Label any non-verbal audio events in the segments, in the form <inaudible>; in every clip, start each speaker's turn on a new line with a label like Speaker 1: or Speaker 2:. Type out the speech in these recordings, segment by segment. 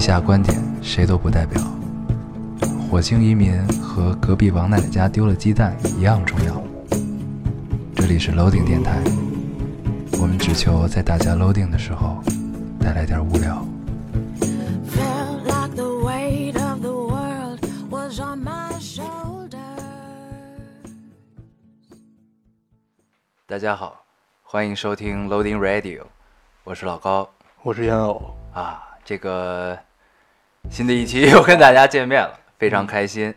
Speaker 1: 下观点谁都不代表。火星移民和隔壁王奶奶家丢了鸡蛋一样重要。这里是 Loading 电台，我们只求在大家 Loading 的时候带来点无聊。
Speaker 2: Felt like the weight of the world was on my shoulders.
Speaker 1: 大家好，欢迎收听 Loading Radio，我是老高
Speaker 3: 我是烟偶，
Speaker 1: 啊。这个新的一期 <laughs> 又跟大家见面了，非常开心。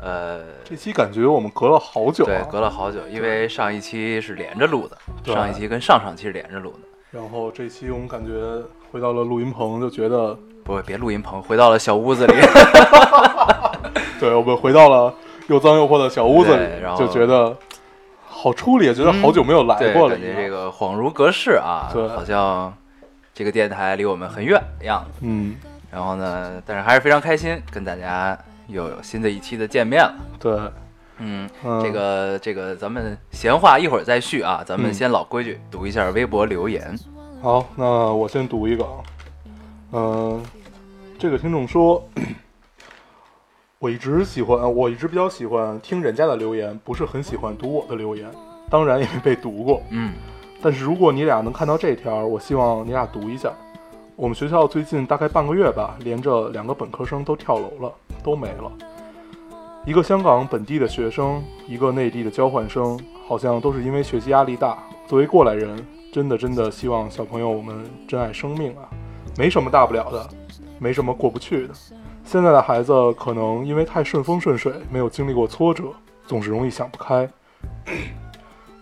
Speaker 1: 呃，
Speaker 3: 这期感觉我们隔了好久、啊，
Speaker 1: 对，隔了好久，因为上一期是连着录的，
Speaker 3: 对
Speaker 1: 上一期跟上上期是连着录的。
Speaker 3: 然后这期我们感觉回到了录音棚，就觉得，
Speaker 1: 不，别录音棚，回到了小屋子
Speaker 3: <laughs>
Speaker 1: 里。
Speaker 3: 对我们回到了又脏又破的小屋子
Speaker 1: 对然
Speaker 3: 里，
Speaker 1: 后
Speaker 3: 就觉得好处理，也觉得好久没有来
Speaker 1: 对，
Speaker 3: 过了
Speaker 1: 感
Speaker 3: 一
Speaker 1: 觉
Speaker 3: 样。
Speaker 1: 这个恍如隔世啊，
Speaker 3: 对
Speaker 1: 好像这个电台离我们很远的样子。
Speaker 3: 嗯，
Speaker 1: 然后呢，但是还是非常开心，跟大家又有新的一期的见面了。
Speaker 3: 对，
Speaker 1: 嗯，
Speaker 3: 嗯
Speaker 1: 这个这个，咱们闲话一会儿再续啊，咱们
Speaker 3: 嗯
Speaker 1: 先老规矩，读一下微博留言。
Speaker 3: 好，那我先读一个啊，嗯、这个听众说，我一直喜欢，我一直比较喜欢听人家的留言，不是很喜欢读我的留言，当然也没被读过。
Speaker 1: 嗯，
Speaker 3: 但是如果你俩能看到这条，我希望你俩读一下。我们学校最近大概半个月吧，连着两个本科生都跳楼了，都没了。一个香港本地的学生，一个内地的交换生，好像都是因为学习压力大。作为过来人，真的真的希望小朋友我们珍爱生命啊，没什么大不了的，没什么过不去的。现在的孩子可能因为太顺风顺水，没有经历过挫折，总是容易想不开。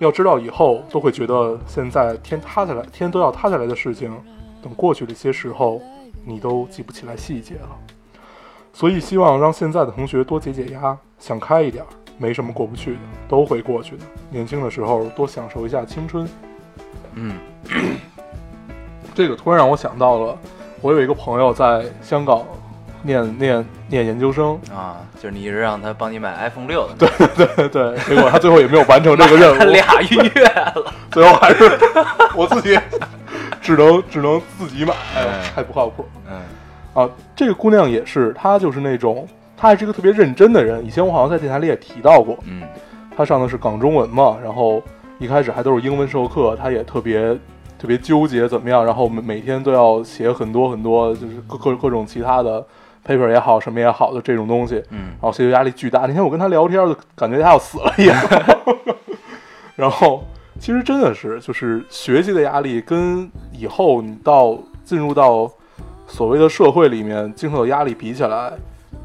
Speaker 3: 要知道以后都会觉得现在天塌下来，天都要塌下来的事情，等过去了一些时候，你都记不起来细节了。所以希望让现在的同学多解解压，想开一点儿，没什么过不去的，都会过去的。年轻的时候多享受一下青春。
Speaker 1: 嗯，
Speaker 3: 这个突然让我想到了，我有一个朋友在香港念念念研究生， <laughs>
Speaker 1: 啊，就是你一直让他帮你买 iPhone 六的，对，
Speaker 3: 对对，结果他最后也没有完成这个任
Speaker 1: <laughs>
Speaker 3: 务
Speaker 1: 他。俩预约
Speaker 3: <laughs>
Speaker 1: 了。
Speaker 3: 最后还是我自己只能只能自己买，哎呦太不靠谱
Speaker 1: 嗯
Speaker 3: 啊！这个姑娘也是，她就是那种，她还是一个特别认真的人。以前我好像在电台里也提到过，
Speaker 1: 嗯
Speaker 3: 她上的是港中文嘛，然后一开始还都是英文授课，她也特别特别纠结怎么样，然后每每天都要写很多很多，就是各各各种其他的 paper 也好，什么也好的这种东西，
Speaker 1: 嗯
Speaker 3: 然后学习压力巨大。那天我跟他聊天，就感觉他要死了一样。 <laughs> 然后其实真的是，就是学习的压力跟以后你到进入到所谓的社会里面经受的压力比起来，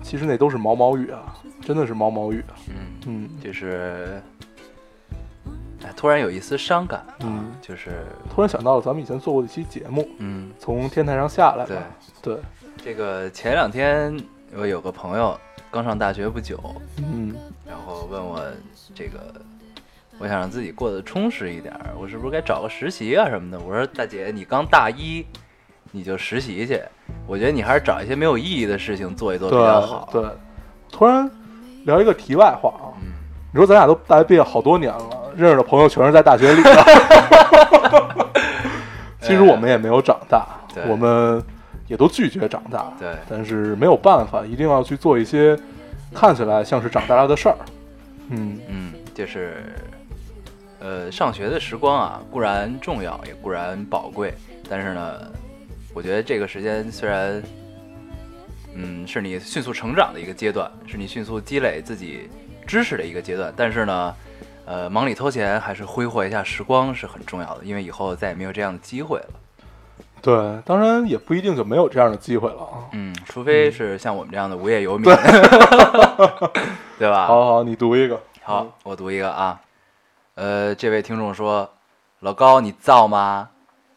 Speaker 3: 其实那都是毛毛雨啊，真的是毛毛雨啊。
Speaker 1: 嗯，
Speaker 3: 嗯
Speaker 1: 就是，哎，突然有一丝伤感啊，
Speaker 3: 嗯，
Speaker 1: 就是，
Speaker 3: 突然想到了咱们以前做过的一期节目，
Speaker 1: 嗯，
Speaker 3: 从天台上下来吧。
Speaker 1: 对，
Speaker 3: 对，
Speaker 1: 这个前两天我有个朋友刚上大学不久，
Speaker 3: 嗯
Speaker 1: 然后问我这个，我想让自己过得充实一点儿，我是不是该找个实习啊什么的？我说大姐，你刚大一，你就实习去，我觉得你还是找一些没有意义的事情做一做比较好。
Speaker 3: 对，突然聊一个题外话啊，
Speaker 1: 嗯
Speaker 3: 你说咱俩都大学毕业好多年了，认识的朋友全是在大学里的。
Speaker 1: <laughs>
Speaker 3: 其实我们也没有长大，
Speaker 1: 哎对
Speaker 3: 我们也都拒绝长大，
Speaker 1: 对
Speaker 3: 但是没有办法，一定要去做一些看起来像是长大了的事儿。嗯，
Speaker 1: 嗯，就是，呃，上学的时光啊，固然重要，也固然宝贵，但是呢，我觉得这个时间虽然，嗯，是你迅速成长的一个阶段，是你迅速积累自己知识的一个阶段，但是呢，呃，忙里偷闲还是挥霍一下时光是很重要的，因为以后再也没有这样的机会了。
Speaker 3: 对，当然也不一定就没有这样的机会了啊。
Speaker 1: 嗯，除非是像我们这样的无业游民， <laughs> 对吧？
Speaker 3: 好好，你读一个。
Speaker 1: 啊
Speaker 3: 嗯
Speaker 1: 好，我读一个啊，呃，这位听众说：“老高，你造吗？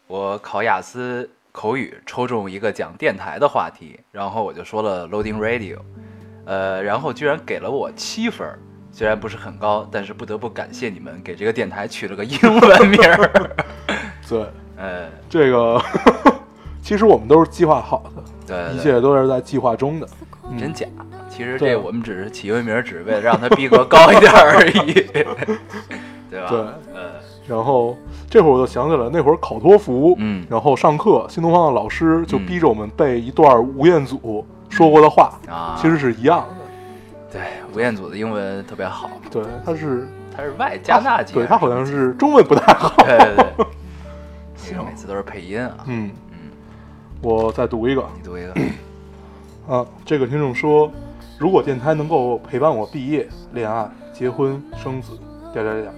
Speaker 1: 我考雅思口语，抽中一个讲电台的话题，然后我就说了 Loading Radio，呃，然后居然给了我七分儿，虽然不是很高，但是不得不感谢你们给这个电台取了个英文名儿。 <laughs>
Speaker 3: 对，
Speaker 1: 呃，
Speaker 3: 这个 <laughs> 其实我们都是计划好的，
Speaker 1: 对
Speaker 3: 一
Speaker 1: 对
Speaker 3: 切都是在计划中的。嗯
Speaker 1: 真假？其实
Speaker 3: 对
Speaker 1: 这我们只 <laughs> 是起英文名儿，只是为了让他逼格高一点儿而已，对吧？
Speaker 3: 对
Speaker 1: 呃，
Speaker 3: 然后这会儿我就想起来，那会儿考托福，
Speaker 1: 嗯
Speaker 3: 然后上课，新东方的老师就逼着我们背一段吴彦祖说过的话，
Speaker 1: 嗯啊，
Speaker 3: 其实是一样的。
Speaker 1: 对吴彦祖的英文特别好，啊
Speaker 3: 对，他是啊
Speaker 1: 他是外加拿大籍，
Speaker 3: 对他好像是中文不太好。
Speaker 1: 对对对， <laughs> 这
Speaker 3: 行
Speaker 1: 个每次都是配音啊。
Speaker 3: 嗯，
Speaker 1: 嗯，
Speaker 3: 我再读一个
Speaker 1: 你 <laughs> 读一个，
Speaker 3: 啊，这个听众说，如果电台能够陪伴我毕业、恋爱、结婚、生子，点点点，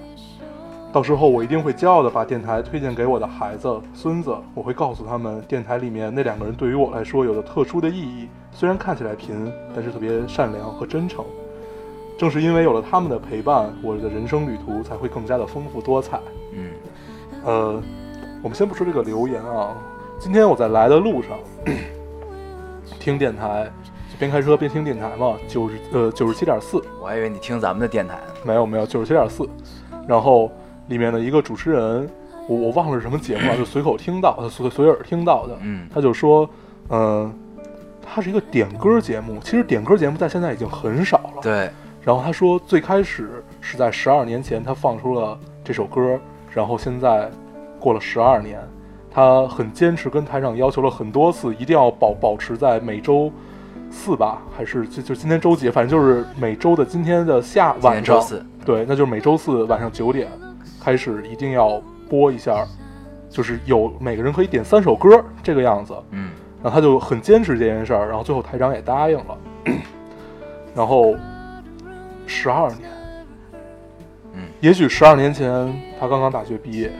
Speaker 3: 到时候我一定会骄傲的把电台推荐给我的孩子、孙子，我会告诉他们，电台里面那两个人对于我来说有着特殊的意义，虽然看起来贫，但是特别善良和真诚。正是因为有了他们的陪伴，我的人生旅途才会更加的丰富多彩。
Speaker 1: 嗯
Speaker 3: 呃，我们先不说这个留言啊，今天我在来的路上听电台，就边开车边听电台嘛，九十呃九十七点四，
Speaker 1: 我还以为你听咱们的电台呢。
Speaker 3: 没有没有九十七点四，然后里面的一个主持人，我我忘了是什么节目了，就随口听到，呃随随耳听到的，
Speaker 1: 嗯
Speaker 3: 他就说，嗯、呃，它是一个点歌节目，其实点歌节目在现在已经很少了，
Speaker 1: 对，
Speaker 3: 然后他说，最开始是在十二年前他放出了这首歌，然后现在过了十二年，他很坚持跟台长要求了很多次，一定要保保持在每周四吧，还是就就今天周几，反正就是每周的今天的下
Speaker 1: 今
Speaker 3: 晚
Speaker 1: 天
Speaker 3: 上，
Speaker 1: 周四，
Speaker 3: 对，那就是每周四晚上九点开始，一定要播一下，就是有每个人可以点三首歌这个样子。
Speaker 1: 嗯
Speaker 3: 然后他就很坚持这件事儿，然后最后台长也答应了， <clears throat> 然后十二年，
Speaker 1: 嗯，
Speaker 3: 也许十二年前他刚刚大学毕业，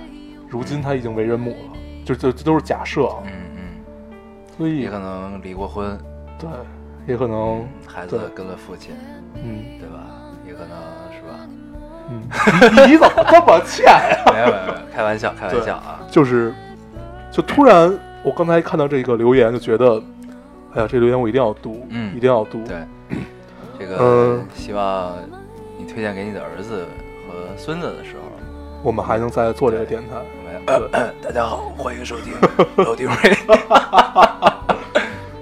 Speaker 3: 如今他已经为人母了，就就这都是假设啊，
Speaker 1: 嗯
Speaker 3: 所
Speaker 1: 嗯，
Speaker 3: 以
Speaker 1: 也可能离过婚，
Speaker 3: 对，也可能，
Speaker 1: 孩子
Speaker 3: 对
Speaker 1: 跟了父亲，
Speaker 3: 嗯
Speaker 1: 对吧？也可能是 <laughs> 吧？
Speaker 3: 嗯，你怎么这么欠呀、 <laughs>
Speaker 1: 没有没有没有，开玩笑开玩笑啊。
Speaker 3: 就是，就突然我刚才看到这个留言，就觉得，哎呀，这留言我一定要读，
Speaker 1: 嗯
Speaker 3: 一定要读，
Speaker 1: 对，呃这个
Speaker 3: 嗯
Speaker 1: 希望你推荐给你的儿子和孙子的时候， <laughs>
Speaker 3: 我们还能再做这个电台。
Speaker 1: 我们呃
Speaker 3: 对
Speaker 1: 大家好，欢迎收 <laughs> 听老丁瑞。 <laughs>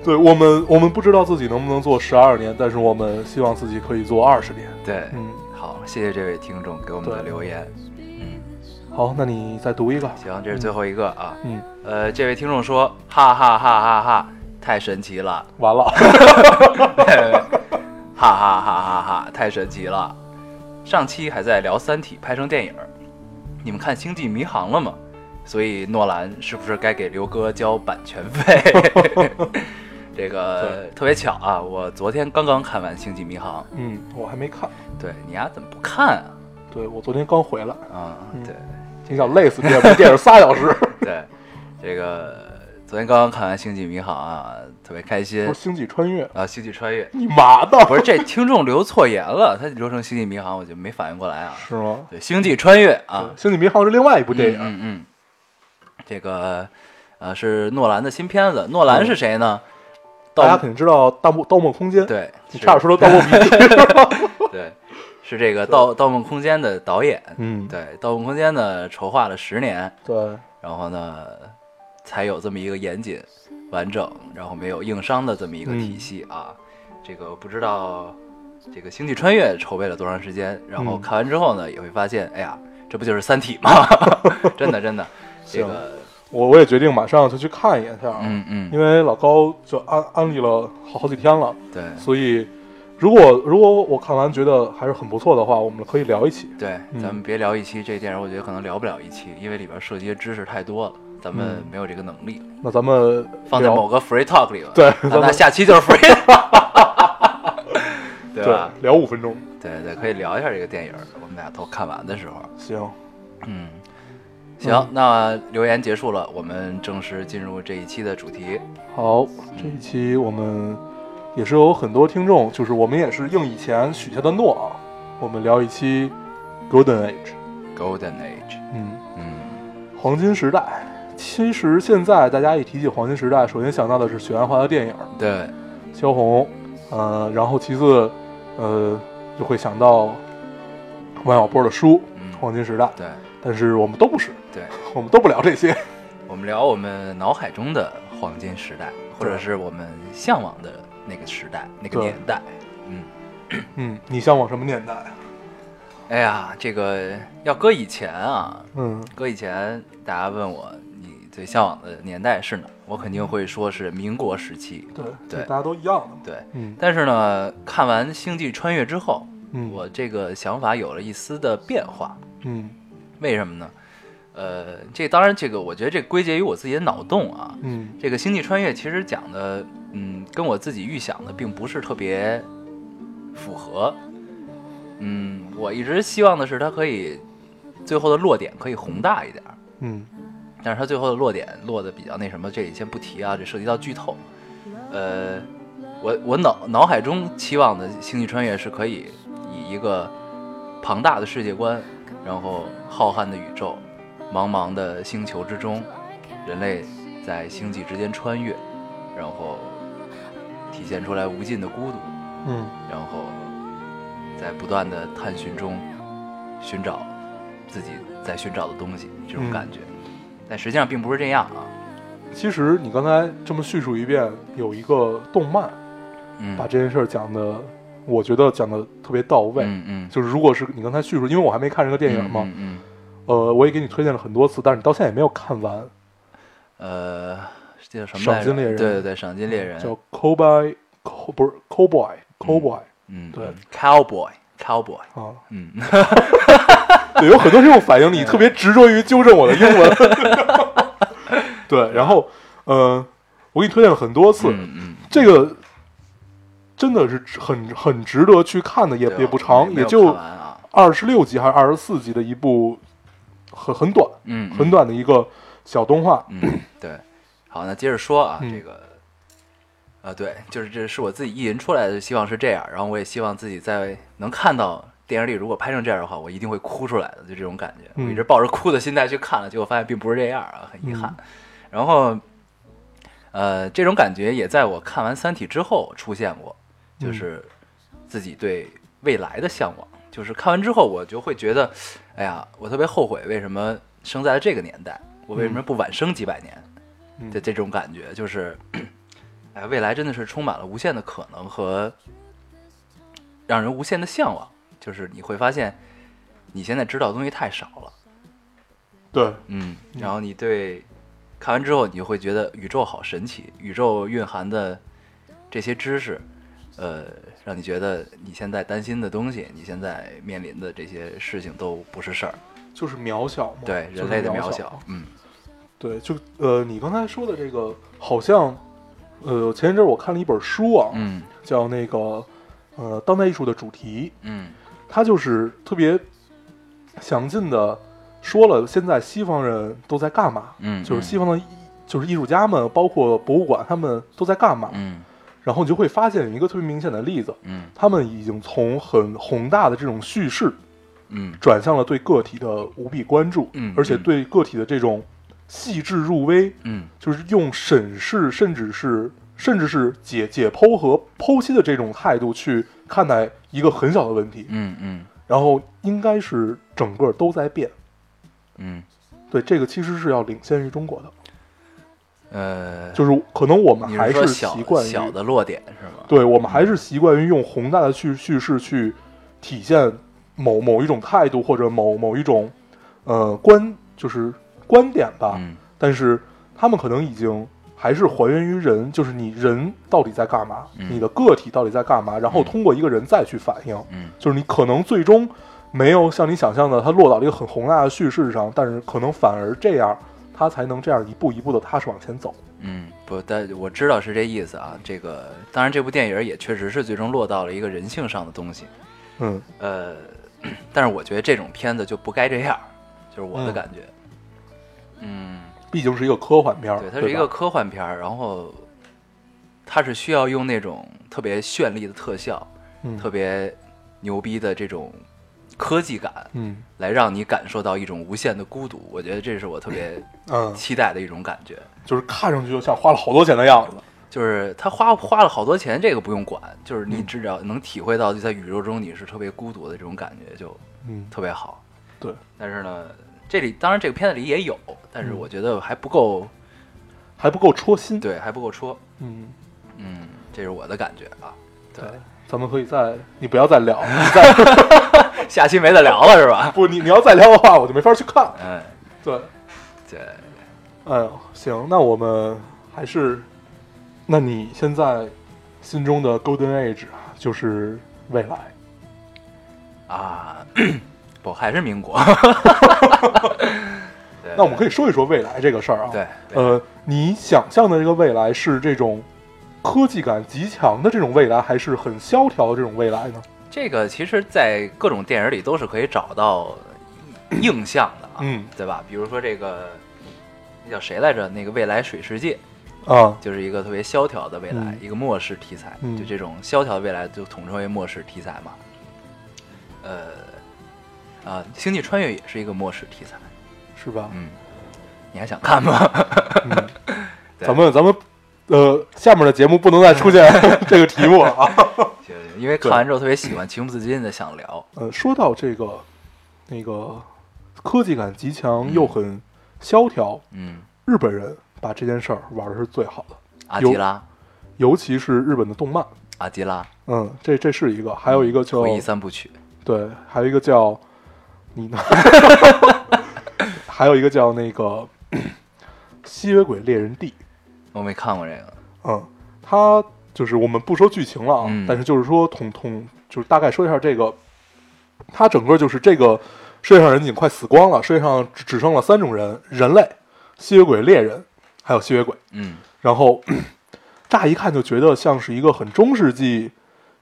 Speaker 3: 对我们，我们不知道自己能不能做十二年，但是我们希望自己可以做二十年。
Speaker 1: 对，
Speaker 3: 嗯，
Speaker 1: 好，谢谢这位听众给我们的
Speaker 3: 对
Speaker 1: 留言。嗯
Speaker 3: 好，那你再读一个。
Speaker 1: 行，这是最后一个啊。
Speaker 3: 嗯，
Speaker 1: 呃，这位听众说，哈哈哈哈哈，太神奇了， <laughs>
Speaker 3: 完了， <laughs>
Speaker 1: 哈哈哈哈哈，太神奇了。上期还在聊《三体》拍成电影儿，你们看《星际迷航》了吗？所以诺兰是不是该给刘哥交版权费？ <laughs> 这个特别巧啊，我昨天刚刚看完《星际迷航
Speaker 3: 嗯，我还没看。》，
Speaker 1: 对你丫怎么不看啊？
Speaker 3: 对我昨天刚回来，
Speaker 1: 啊、
Speaker 3: 嗯
Speaker 1: 对，
Speaker 3: 挺想累死电电影仨小时。 <laughs>
Speaker 1: <laughs> 对，这个昨天刚刚看完《星际迷航》啊，特别开
Speaker 3: 不
Speaker 1: 心
Speaker 3: 是《星际穿越》，
Speaker 1: 啊，《星际穿越》
Speaker 3: 你嘛的？
Speaker 1: 不是这听众留错言了，他留成《星际迷航》，我就没反应过来啊。
Speaker 3: 是吗？
Speaker 1: 对，《星际穿越》啊
Speaker 3: 《，星际迷航》是另外一部电影。
Speaker 1: 嗯嗯嗯，这个呃是诺兰的新片子，诺兰是谁呢？
Speaker 3: 大家
Speaker 1: 盗
Speaker 3: 肯定知道《盗墓盗梦空间》，
Speaker 1: 对，是
Speaker 3: 你差点说成《盗墓笔记》
Speaker 1: <laughs> 对，是这个《盗盗梦空间》的导演。
Speaker 3: 嗯，
Speaker 1: 对，《盗梦空间》呢筹划了十年，
Speaker 3: 对，
Speaker 1: 然后呢，才有这么一个严谨、完整，然后没有硬伤的这么一个体系啊。这个不知道这个《星际穿越》筹备了多长时间，然后
Speaker 3: 嗯
Speaker 1: 看完之后呢，也会发现，哎呀，这不就是《三体》
Speaker 3: <laughs>
Speaker 1: 吗？真的，真的，这
Speaker 3: 行
Speaker 1: 个，
Speaker 3: 我我也决定马上就去看一眼去啊。
Speaker 1: 嗯嗯，
Speaker 3: 因为老高就安安利了好好几天了，
Speaker 1: 对
Speaker 3: 所以如果如果我看完觉得还是很不错的话，我们可以聊一起。
Speaker 1: 对，
Speaker 3: 嗯
Speaker 1: 咱们别聊一期这电影，我觉得可能聊不了一期，因为里边涉及的知识太多了，咱们
Speaker 3: 嗯
Speaker 1: 没有这个能力，
Speaker 3: 那咱们
Speaker 1: 放在
Speaker 3: 聊
Speaker 1: 某个 free talk 里吧。
Speaker 3: 对
Speaker 1: 那
Speaker 3: 咱
Speaker 1: 那
Speaker 3: 们
Speaker 1: 下期就是
Speaker 3: <laughs>
Speaker 1: free，对
Speaker 3: 对
Speaker 1: 吧？
Speaker 3: 聊五分钟，
Speaker 1: 对对，可以聊一下这个电影儿，我们俩都看完的时候。
Speaker 3: 行，
Speaker 1: 嗯，行，那留言结束了，我们正式进入这一期的主题。
Speaker 3: 好，
Speaker 1: 嗯
Speaker 3: 这一期我们也是有很多听众，就是我们也是应以前许下的诺啊，我们聊一期 Golden Age，
Speaker 1: Golden Age，
Speaker 3: 嗯，
Speaker 1: 嗯
Speaker 3: 黄金时代。其实现在大家一提起黄金时代，首先想到的是许鞍华的电影，
Speaker 1: 对，
Speaker 3: 萧红，呃，然后其次，呃，就会想到王小波的书
Speaker 1: 嗯
Speaker 3: 《黄金时代》，
Speaker 1: 对
Speaker 3: 但是我们都不是，
Speaker 1: 对，
Speaker 3: <laughs> 我们都不聊这些。
Speaker 1: 我们聊我们脑海中的黄金时代，或者是我们向往的那个时代、那个
Speaker 3: 对
Speaker 1: <laughs> 年代。嗯，
Speaker 3: 嗯，你向往什么年代啊？
Speaker 1: 哎呀，这个要搁以前啊，
Speaker 3: 嗯
Speaker 1: 搁以前大家问我你最向往的年代是哪，我肯定会说是民国时期。
Speaker 3: 对，
Speaker 1: 对
Speaker 3: 这大家都一样的嘛。
Speaker 1: 对，
Speaker 3: 嗯
Speaker 1: 但是呢，看完《星际穿越》之后，
Speaker 3: 嗯，
Speaker 1: 我这个想法有了一丝的变化。
Speaker 3: 嗯
Speaker 1: 为什么呢？呃，这当然，这个我觉得这归结于我自己的脑洞啊。
Speaker 3: 嗯
Speaker 1: 这个《星际穿越》其实讲的，嗯，跟我自己预想的并不是特别符合。嗯，我一直希望的是它可以最后的落点可以宏大一点儿，
Speaker 3: 嗯
Speaker 1: 但是它最后的落点落的比较那什么，这里先不提啊，这涉及到剧透。呃，我我脑脑海中期望的《星际穿越》是可以以一个庞大的世界观，然后浩瀚的宇宙，茫茫的星球之中，人类在星际之间穿越，然后体现出来无尽的孤独，
Speaker 3: 嗯
Speaker 1: 然后在不断的探寻中寻找自己在寻找的东西，这种
Speaker 3: 嗯
Speaker 1: 感觉。但实际上并不是这样啊，
Speaker 3: 其实你刚才这么叙述一遍，有一个动漫
Speaker 1: 嗯，
Speaker 3: 把这件事儿讲的，我觉得讲的特别到位。
Speaker 1: 嗯嗯，
Speaker 3: 就是如果是你刚才叙述，因为我还没看这个电影嘛，
Speaker 1: 嗯嗯
Speaker 3: 呃，我也给你推荐了很多次，但是你到现在也没有看完，
Speaker 1: 嗯，呃，这叫什么
Speaker 3: 赏
Speaker 1: 来着
Speaker 3: 金猎人
Speaker 1: 对对对，赏金猎人，
Speaker 3: 叫 Cowboy，Co- 不是 Cowboy Cowboy、
Speaker 1: 嗯，
Speaker 3: 对
Speaker 1: ，Cowboy Cowboy，
Speaker 3: 啊， <laughs>
Speaker 1: 嗯，
Speaker 3: 对，有很多这种反应，你特别执着于纠正我的英文。 <laughs> 对，然后，呃，我给你推荐了很多次，
Speaker 1: 嗯嗯，
Speaker 3: 这个真的是很很值得去看的，也
Speaker 1: 对
Speaker 3: 也不
Speaker 1: 我
Speaker 3: 长，
Speaker 1: 没
Speaker 3: 也
Speaker 1: 有看
Speaker 3: 就
Speaker 1: 完啊，
Speaker 3: 二十六集还是二十四集的一部很很短、
Speaker 1: 嗯，嗯
Speaker 3: 很短的一个小动画。
Speaker 1: 嗯，对，好，那接着说啊，
Speaker 3: 嗯
Speaker 1: 这个，啊，对，就是这是我自己意淫出来的，希望是这样，然后我也希望自己在能看到电影里如果拍成这样的话，我一定会哭出来的，就这种感觉。我一直
Speaker 3: 嗯
Speaker 1: 抱着哭的心态去看了，结果发现并不是这样啊，很遗憾。然后，呃，这种感觉也在我看完《三体》之后出现过，就
Speaker 3: 嗯
Speaker 1: 是自己对未来的向往。就是看完之后，我就会觉得，哎呀，我特别后悔，为什么生在了这个年代？我为什么不晚生几百年？
Speaker 3: 嗯
Speaker 1: 的这种感觉，就是，哎，未来真的是充满了无限的可能和让人无限的向往。就是你会发现，你现在知道的东西太少了，
Speaker 3: 对，
Speaker 1: 嗯，然后你对看完之后，你就会觉得宇宙好神奇，宇宙蕴含的这些知识，呃，让你觉得你现在担心的东西，你现在面临的这些事情都不是事儿，
Speaker 3: 就是渺小嘛，
Speaker 1: 对
Speaker 3: 就
Speaker 1: 人
Speaker 3: 是
Speaker 1: 类的渺
Speaker 3: 渺
Speaker 1: 小，嗯
Speaker 3: 对，就呃，你刚才说的这个，好像，呃，前一阵儿我看了一本书啊，
Speaker 1: 嗯
Speaker 3: 叫那个，呃，当代艺术的主题，
Speaker 1: 嗯
Speaker 3: 它就是特别详尽的说了现在西方人都在干嘛，
Speaker 1: 嗯，
Speaker 3: 就是西方的艺，就是艺术家们，包括博物馆，他们都在干嘛。
Speaker 1: 嗯
Speaker 3: 然后你就会发现有一个特别明显的例子，
Speaker 1: 嗯
Speaker 3: 他们已经从很宏大的这种叙事
Speaker 1: 嗯
Speaker 3: 转向了对个体的无比关注，
Speaker 1: 嗯
Speaker 3: 而且
Speaker 1: 嗯
Speaker 3: 对个体的这种细致入微，
Speaker 1: 嗯
Speaker 3: 就是用审视，甚至是甚至是解解剖和剖析的这种态度去看待一个很小的问题，
Speaker 1: 嗯嗯
Speaker 3: 然后应该是整个都在变。
Speaker 1: 嗯，
Speaker 3: 对，这个其实是要领先于中国的，
Speaker 1: 呃，
Speaker 3: 就是可能我们
Speaker 1: 你
Speaker 3: 还
Speaker 1: 是说小
Speaker 3: 习惯于
Speaker 1: 小的落点是吗？
Speaker 3: 对我们还是习惯于用宏大的叙叙事去体现某某一种态度或者某某一种呃观就是观点吧。
Speaker 1: 嗯
Speaker 3: 但是他们可能已经还是还原于人，就是你人到底在干嘛，
Speaker 1: 嗯
Speaker 3: 你的个体到底在干嘛，然后
Speaker 1: 嗯
Speaker 3: 通过一个人再去反应，
Speaker 1: 嗯
Speaker 3: 就是你可能最终没有像你想象的，它落到了一个很宏大的叙事上，但是可能反而这样，它才能这样一步一步的踏实往前走。
Speaker 1: 嗯，不，但我知道是这意思啊。这个当然，这部电影也确实是最终落到了一个人性上的东西。
Speaker 3: 嗯
Speaker 1: 呃，但是我觉得这种片子就不该这样，就是我的
Speaker 3: 嗯
Speaker 1: 感觉。嗯，
Speaker 3: 毕竟是一个科幻片儿，
Speaker 1: 对，
Speaker 3: 对，
Speaker 1: 它是一个，科幻片儿，然后它是需要用那种特别绚丽的特效、
Speaker 3: 嗯，
Speaker 1: 特别牛逼的这种科技感，
Speaker 3: 嗯
Speaker 1: 来让你感受到一种无限的孤独。我觉得这是我特别
Speaker 3: 嗯，
Speaker 1: 期待的一种感觉。
Speaker 3: 就是看上去就像花了好多钱的样子。
Speaker 1: 就是他花花了好多钱，这个不用管，就是你只要能体会到，就在宇宙中你是特别孤独的这种感觉，就
Speaker 3: 嗯，
Speaker 1: 特别好。
Speaker 3: 对，
Speaker 1: 但是呢，这里当然这个片子里也有，但
Speaker 3: 嗯
Speaker 1: 是我觉得还不够，
Speaker 3: 还不够戳心。，
Speaker 1: 对，还不够戳。
Speaker 3: 嗯，
Speaker 1: 嗯，这是我的感觉啊。对，
Speaker 3: 咱们可以再，你不要再聊，你再
Speaker 1: 下期没得聊了是吧？
Speaker 3: 不，你你要再聊的话，我就没法去看。
Speaker 1: 嗯，
Speaker 3: 对，
Speaker 1: 对，
Speaker 3: 哎呦，行，那我们还是，那你现在心中的 Golden Age 啊就是未来，
Speaker 1: 啊， <coughs> 不，还是民
Speaker 3: <laughs>
Speaker 1: 国。对
Speaker 3: 那我们可以说一说未来这个事儿啊。
Speaker 1: 对，对
Speaker 3: 呃，你想象的这个未来是这种科技感极强的这种未来，还是很萧条的这种未来呢？
Speaker 1: 这个其实，在各种电影里都是可以找到映像的啊， <laughs>
Speaker 3: 嗯
Speaker 1: 对吧？比如说这个那叫谁来着？那个未来水世界
Speaker 3: 啊，
Speaker 1: 就是一个特别萧条的未来，
Speaker 3: 嗯
Speaker 1: 一个末世题材，
Speaker 3: 嗯
Speaker 1: 就这种萧条的未来就统称为末世题材嘛。呃，啊，星际穿越也是一个末世题材，
Speaker 3: 是吧？
Speaker 1: 嗯，你还想看吗？
Speaker 3: <laughs> 嗯，
Speaker 1: <laughs> 对
Speaker 3: 咱们咱们呃，下面的节目不能再
Speaker 1: <laughs>
Speaker 3: 出现这个题目了啊。 <laughs>
Speaker 1: 就 <laughs> 因为看完之后特别喜欢，情不自禁的想聊。
Speaker 3: 呃，说到这个那个科技感极强又很萧条，
Speaker 1: 嗯，
Speaker 3: 日本人把这件事儿玩的是最好的，
Speaker 1: 阿
Speaker 3: 有
Speaker 1: 基拉，
Speaker 3: 尤其是日本的动漫。
Speaker 1: 阿基拉，嗯
Speaker 3: 嗯，这这是一个，还有一个叫
Speaker 1: 回忆三部曲，
Speaker 3: 对，还有一个叫你呢， <laughs> 还有一个叫那个《吸血鬼猎人 D》。
Speaker 1: 我没看过这个。
Speaker 3: 嗯，它就是我们不说剧情了啊，
Speaker 1: 嗯
Speaker 3: 但是就是说统统就是大概说一下这个，它整个就是这个世界上人已经快死光了，世界上只只剩了三种人：人类、吸血鬼猎人，还有吸血鬼。
Speaker 1: 嗯
Speaker 3: 然后 <clears throat> 乍一看就觉得像是一个很中世纪，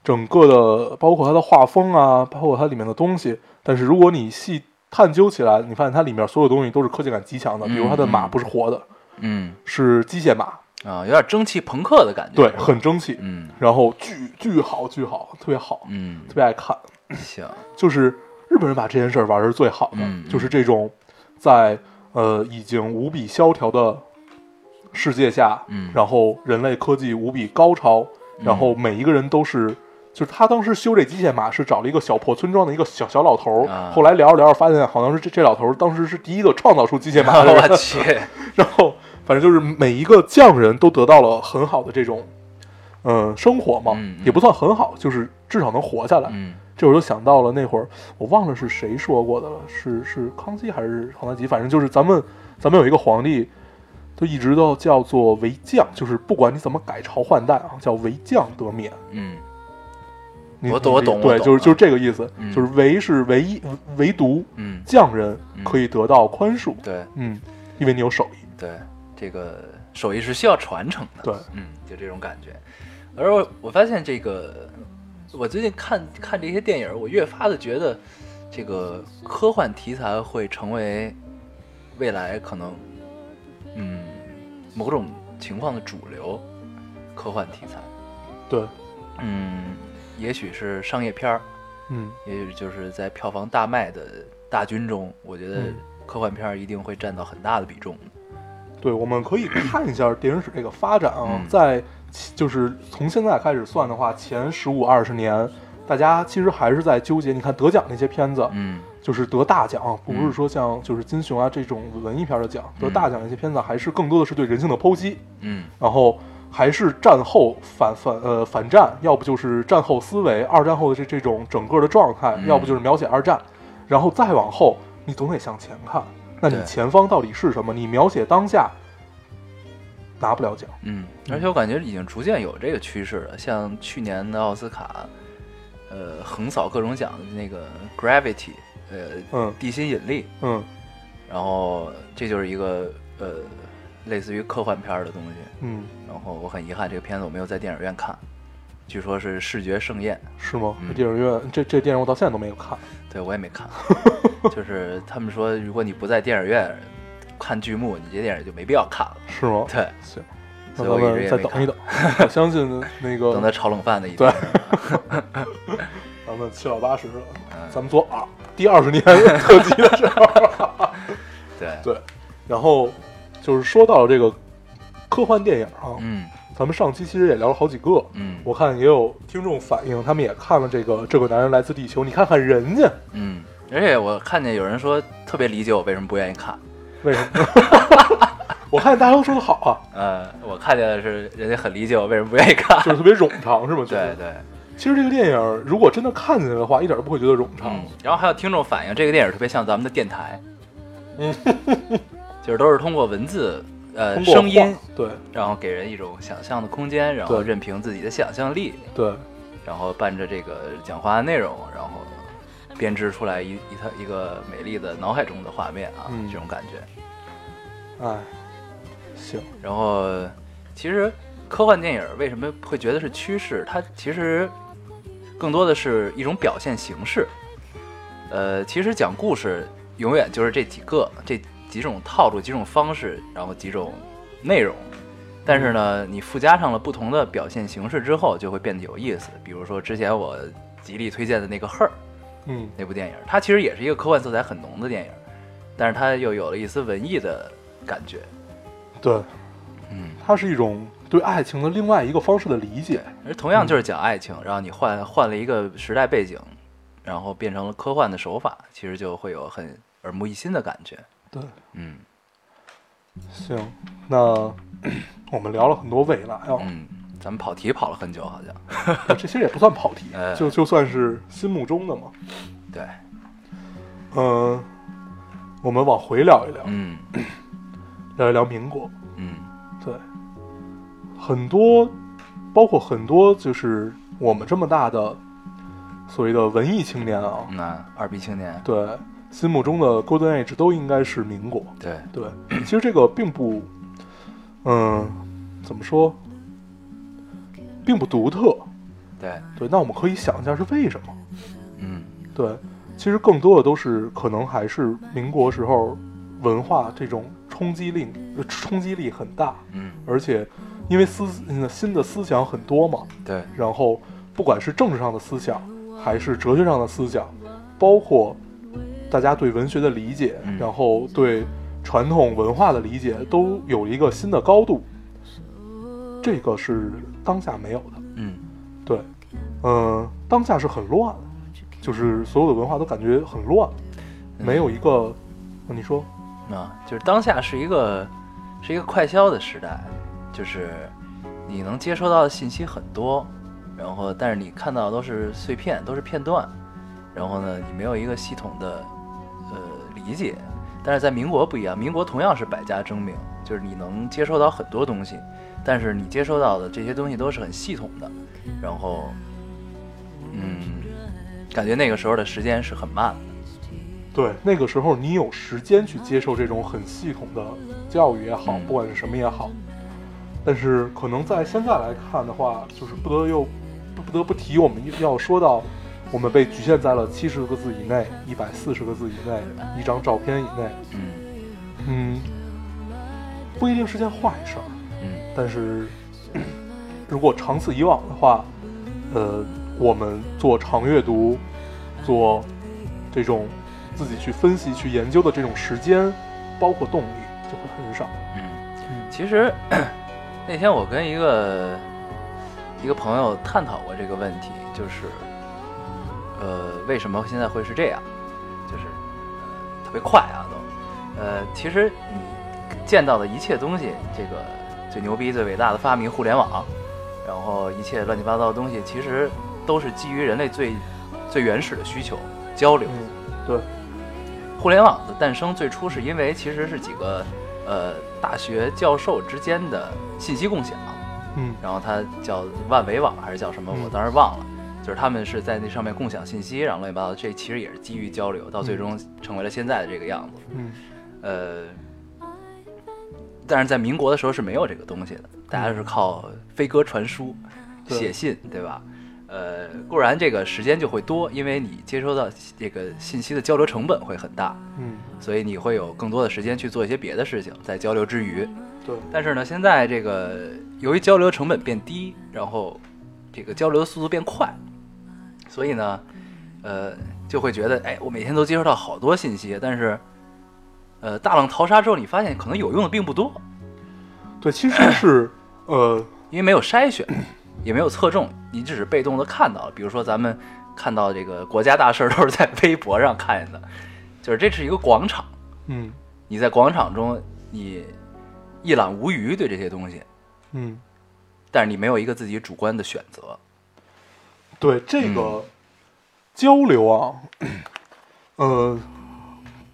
Speaker 3: 整个的包括它的画风啊，包括它里面的东西。但是如果你细探究起来，你发现它里面所有东西都是科技感极强的，比如它的马
Speaker 1: 嗯嗯
Speaker 3: 不是活的，
Speaker 1: 嗯
Speaker 3: 是机械马，
Speaker 1: 啊，有点蒸汽朋克的感觉。
Speaker 3: 对，很争气，
Speaker 1: 嗯
Speaker 3: 然后巨巨好巨好，特别好， <laughs>
Speaker 1: 嗯，
Speaker 3: 特别爱看。
Speaker 1: 行， <laughs>
Speaker 3: 就是日本人把这件事儿玩的是最好的，
Speaker 1: 嗯嗯
Speaker 3: 就是这种在呃已经无比萧条的世界下，
Speaker 1: 嗯
Speaker 3: 然后人类科技无比高超，
Speaker 1: 嗯
Speaker 3: 然后每一个人都是。就是他当时修这机械马是找了一个小破村庄的一个小小老头儿，
Speaker 1: 啊
Speaker 3: 后来聊着聊着发现好像是这这老头儿当时是第一个创造出机械马的人，
Speaker 1: <laughs> 我去，
Speaker 3: <laughs> 然后反正就是每一个匠人都得到了很好的这种，嗯、生活嘛，
Speaker 1: 嗯嗯
Speaker 3: 也不算很好，就是至少能活下来。
Speaker 1: 嗯
Speaker 3: 这我就想到了那会儿，我忘了是谁说过的了，是是康熙还是皇太极，反正就是咱们咱们有一个皇帝，就一直都叫做为将，就是不管你怎么改朝换代啊，叫为将得免。
Speaker 1: 嗯
Speaker 3: 你
Speaker 1: 我懂我懂我
Speaker 3: 对，
Speaker 1: 懂
Speaker 3: 就是
Speaker 1: 啊
Speaker 3: 就是这个意思，
Speaker 1: 嗯
Speaker 3: 就是唯是唯一唯独
Speaker 1: 嗯，
Speaker 3: 匠人
Speaker 1: 嗯
Speaker 3: 可以得到宽恕，
Speaker 1: 对
Speaker 3: 嗯，因为你有手艺，
Speaker 1: 对，这个手艺是需要传承的。
Speaker 3: 对，
Speaker 1: 嗯，就这种感觉。而我我发现这个，我最近看看这些电影，我越发的觉得，这个科幻题材会成为未来可能，嗯，某种情况的主流科幻题材。
Speaker 3: 对，
Speaker 1: 嗯，也许是商业片儿，
Speaker 3: 嗯
Speaker 1: 也许就是在票房大卖的大军中，我觉得
Speaker 3: 嗯
Speaker 1: 科幻片儿一定会占到很大的比重。
Speaker 3: 对，我们可以看一下电影史这个发展啊，
Speaker 1: 嗯
Speaker 3: 在其就是从现在开始算的话，前十五二十年，大家其实还是在纠结。你看得奖那些片子，
Speaker 1: 嗯
Speaker 3: 就是得大奖啊，不
Speaker 1: 嗯
Speaker 3: 是说像就是金熊啊这种文艺片的奖，
Speaker 1: 嗯
Speaker 3: 得大奖那些片子还是更多的是对人性的剖析，
Speaker 1: 嗯
Speaker 3: 然后还是战后反反呃反战，要不就是战后思维，二战后的这这种整个的状态，
Speaker 1: 嗯
Speaker 3: 要不就是描写二战，然后再往后，你总得向前看，那你
Speaker 1: 对
Speaker 3: 前方到底是什么？你描写当下拿不了奖，
Speaker 1: 嗯，而且我感觉已经逐渐有这个趋势了。像去年的奥斯卡，呃，横扫各种奖的那个《Gravity》，呃，
Speaker 3: 嗯
Speaker 1: 地心引力，
Speaker 3: 嗯
Speaker 1: 然后这就是一个呃，类似于科幻片儿的东西。
Speaker 3: 嗯，
Speaker 1: 然后我很遗憾，这个片子我没有在电影院看，据说是视觉盛宴。
Speaker 3: 是吗？
Speaker 1: 嗯
Speaker 3: 这电影院这这电影我到现在都没有看，
Speaker 1: 对我也没看， <laughs> 就是他们说，如果你不在电影院看剧目，你这电影就没必要看了。
Speaker 3: 哦是吗？
Speaker 1: 对，
Speaker 3: 行，那
Speaker 1: 所以
Speaker 3: 咱
Speaker 1: 我一直
Speaker 3: 们
Speaker 1: 也
Speaker 3: 再
Speaker 1: 没
Speaker 3: 等
Speaker 1: 看
Speaker 3: 一等，我相信
Speaker 1: <laughs>
Speaker 3: 那
Speaker 1: 等他
Speaker 3: 个
Speaker 1: 炒冷饭的一
Speaker 3: 对
Speaker 1: 天。
Speaker 3: 咱们七老八十了，
Speaker 1: 嗯
Speaker 3: 咱们做啊第二十年 <laughs> 特辑的时候。
Speaker 1: 对，
Speaker 3: 对，然后就是说到这个科幻电影啊，
Speaker 1: 嗯
Speaker 3: 咱们上期其实也聊了好几个，
Speaker 1: 嗯
Speaker 3: 我看也有听众反映，他们也看了这个《这个男人来自地球》，你看看人家
Speaker 1: 嗯，而且我看见有人说特别理解我为什么不愿意看。
Speaker 3: 为
Speaker 1: <laughs>
Speaker 3: 什么？我看大家都说的好啊，
Speaker 1: 呃，我看见的是人家很理解我为什么不愿意看。
Speaker 3: 就是特别冗长，是吗？觉
Speaker 1: 对
Speaker 3: 得
Speaker 1: 对，
Speaker 3: 其实这个电影如果真的看进去的话，一点都不会觉得冗长。
Speaker 1: 嗯，然后还有听众反映，这个电影特别像咱们的电
Speaker 3: <laughs>
Speaker 1: 台，
Speaker 3: 嗯，
Speaker 1: 就是都是通过文字、呃
Speaker 3: 通过
Speaker 1: 声音
Speaker 3: 画，对
Speaker 1: 然后给人一种想象的空间，然后
Speaker 3: 对
Speaker 1: 任凭自己的想象力，
Speaker 3: 对
Speaker 1: 然后伴着这个讲话内容，然后编织出来一一套一个美丽的脑海中的画面啊，
Speaker 3: 嗯
Speaker 1: 这种感觉。
Speaker 3: 哎，行，
Speaker 1: 然后其实科幻电影为什么会觉得是趋势？它其实更多的是一种表现形式。呃，其实讲故事永远就是这几个、这几种套路、几种方式，然后几种内容。但是呢，你附加上了不同的表现形式之后，就会变得有意思。比如说之前我极力推荐的那个《Her》，
Speaker 3: 嗯
Speaker 1: 那部电影，它其实也是一个科幻色彩很浓的电影，但是它又有了一丝文艺的感觉。
Speaker 3: 对，
Speaker 1: 嗯，
Speaker 3: 它是一种对爱情的另外一个方式的理解。
Speaker 1: 而同样就是讲爱情，然后你换换了一个时代背景，然后变成了科幻的手法，其实就会有很耳目一新的感觉。
Speaker 3: 对，
Speaker 1: 嗯
Speaker 3: 行，那 <clears throat> 我们聊了很多未来啊，
Speaker 1: 嗯，咱们跑题跑了很久，好像。
Speaker 3: 这些也不算跑题
Speaker 1: 哎，
Speaker 3: 就就算是心目中的嘛。
Speaker 1: 对，
Speaker 3: 嗯，我们往回聊一聊，
Speaker 1: 嗯
Speaker 3: 聊一聊民国。
Speaker 1: 嗯
Speaker 3: 对，很多，包括很多，就是我们这么大的所谓的文艺青年啊，
Speaker 1: 嗯啊，二逼青年，
Speaker 3: 对，心目中的 Golden Age 都应该是民国。
Speaker 1: 对，
Speaker 3: 对，其实这个并不，嗯，怎么说，并不独特。
Speaker 1: 对，
Speaker 3: 对，那我们可以想一下是为什么？
Speaker 1: 嗯
Speaker 3: 对，其实更多的都是可能还是民国时候文化这种冲击力，呃冲击力很大，
Speaker 1: 嗯，
Speaker 3: 而且因为思嗯新的思想很多嘛，
Speaker 1: 对，
Speaker 3: 然后不管是政治上的思想，还是哲学上的思想，包括大家对文学的理解，
Speaker 1: 嗯
Speaker 3: 然后对传统文化的理解，都有一个新的高度。这个是当下没有的。
Speaker 1: 嗯
Speaker 3: 对，嗯，当下是很乱，就是所有的文化都感觉很乱，
Speaker 1: 嗯
Speaker 3: 没有一个，你说，
Speaker 1: 啊，就是当下是一个是一个快消的时代，就是你能接收到的信息很多，然后但是你看到的都是碎片，都是片段，然后呢，你没有一个系统的呃理解。但是在民国不一样，民国同样是百家争鸣，就是你能接收到很多东西，但是你接收到的这些东西都是很系统的，然后嗯，感觉那个时候的时间是很慢的。
Speaker 3: 对，那个时候你有时间去接受这种很系统的教育也好
Speaker 1: 嗯，
Speaker 3: 不管是什么也好，但是可能在现在来看的话，就是不得又不不得不提我们要说到。我们被局限在了七十个字以内、一百四十个字以内、一张照片以内。
Speaker 1: 嗯
Speaker 3: 嗯，不一定是件坏事儿，
Speaker 1: 嗯
Speaker 3: 但是如果长此以往的话，呃，我们做长阅读，做这种自己去分析、去研究的这种时间，包括动力，就会很少。
Speaker 1: 嗯。
Speaker 3: 嗯
Speaker 1: 其实 <clears throat> 那天我跟一个一个朋友探讨过这个问题，就是呃，为什么现在会是这样？就是呃特别快啊，都呃，其实你见到的一切东西，这个最牛逼、最伟大的发明——互联网，然后一切乱七八糟的东西，其实都是基于人类最最原始的需求——交流。
Speaker 3: 嗯，对，
Speaker 1: 互联网的诞生最初是因为其实是几个呃大学教授之间的信息共享，
Speaker 3: 嗯
Speaker 1: 然后它叫万维网还是叫什么，
Speaker 3: 嗯
Speaker 1: 我当时忘了。就是他们是在那上面共享信息，然后乱七八糟，这其实也是基于交流，到最终成为了现在的这个样子。
Speaker 3: 嗯
Speaker 1: 呃，但是在民国的时候是没有这个东西的，大家是靠飞鸽传书、
Speaker 3: 嗯对
Speaker 1: 写信，对吧？呃，固然这个时间就会多，因为你接收到这个信息的交流成本会很大，
Speaker 3: 嗯，
Speaker 1: 所以你会有更多的时间去做一些别的事情，在交流之余。
Speaker 3: 嗯对，
Speaker 1: 但是呢，现在这个由于交流成本变低，然后这个交流的速度变快，所以呢，呃，就会觉得，哎，我每天都接收到好多信息，但是，呃，大浪淘沙之后，你发现可能有用的并不多，
Speaker 3: 对，其实是，呃，
Speaker 1: 因为没有筛选，也没有侧重，你只是被动的看到了。比如说咱们看到这个国家大事儿都是在微博上看见的，就是这是一个广场。
Speaker 3: 嗯
Speaker 1: 你在广场中，你一览无余对这些东西，
Speaker 3: 嗯，
Speaker 1: 但是你没有一个自己主观的选择。
Speaker 3: 对这
Speaker 1: 嗯
Speaker 3: 个交流啊，呃，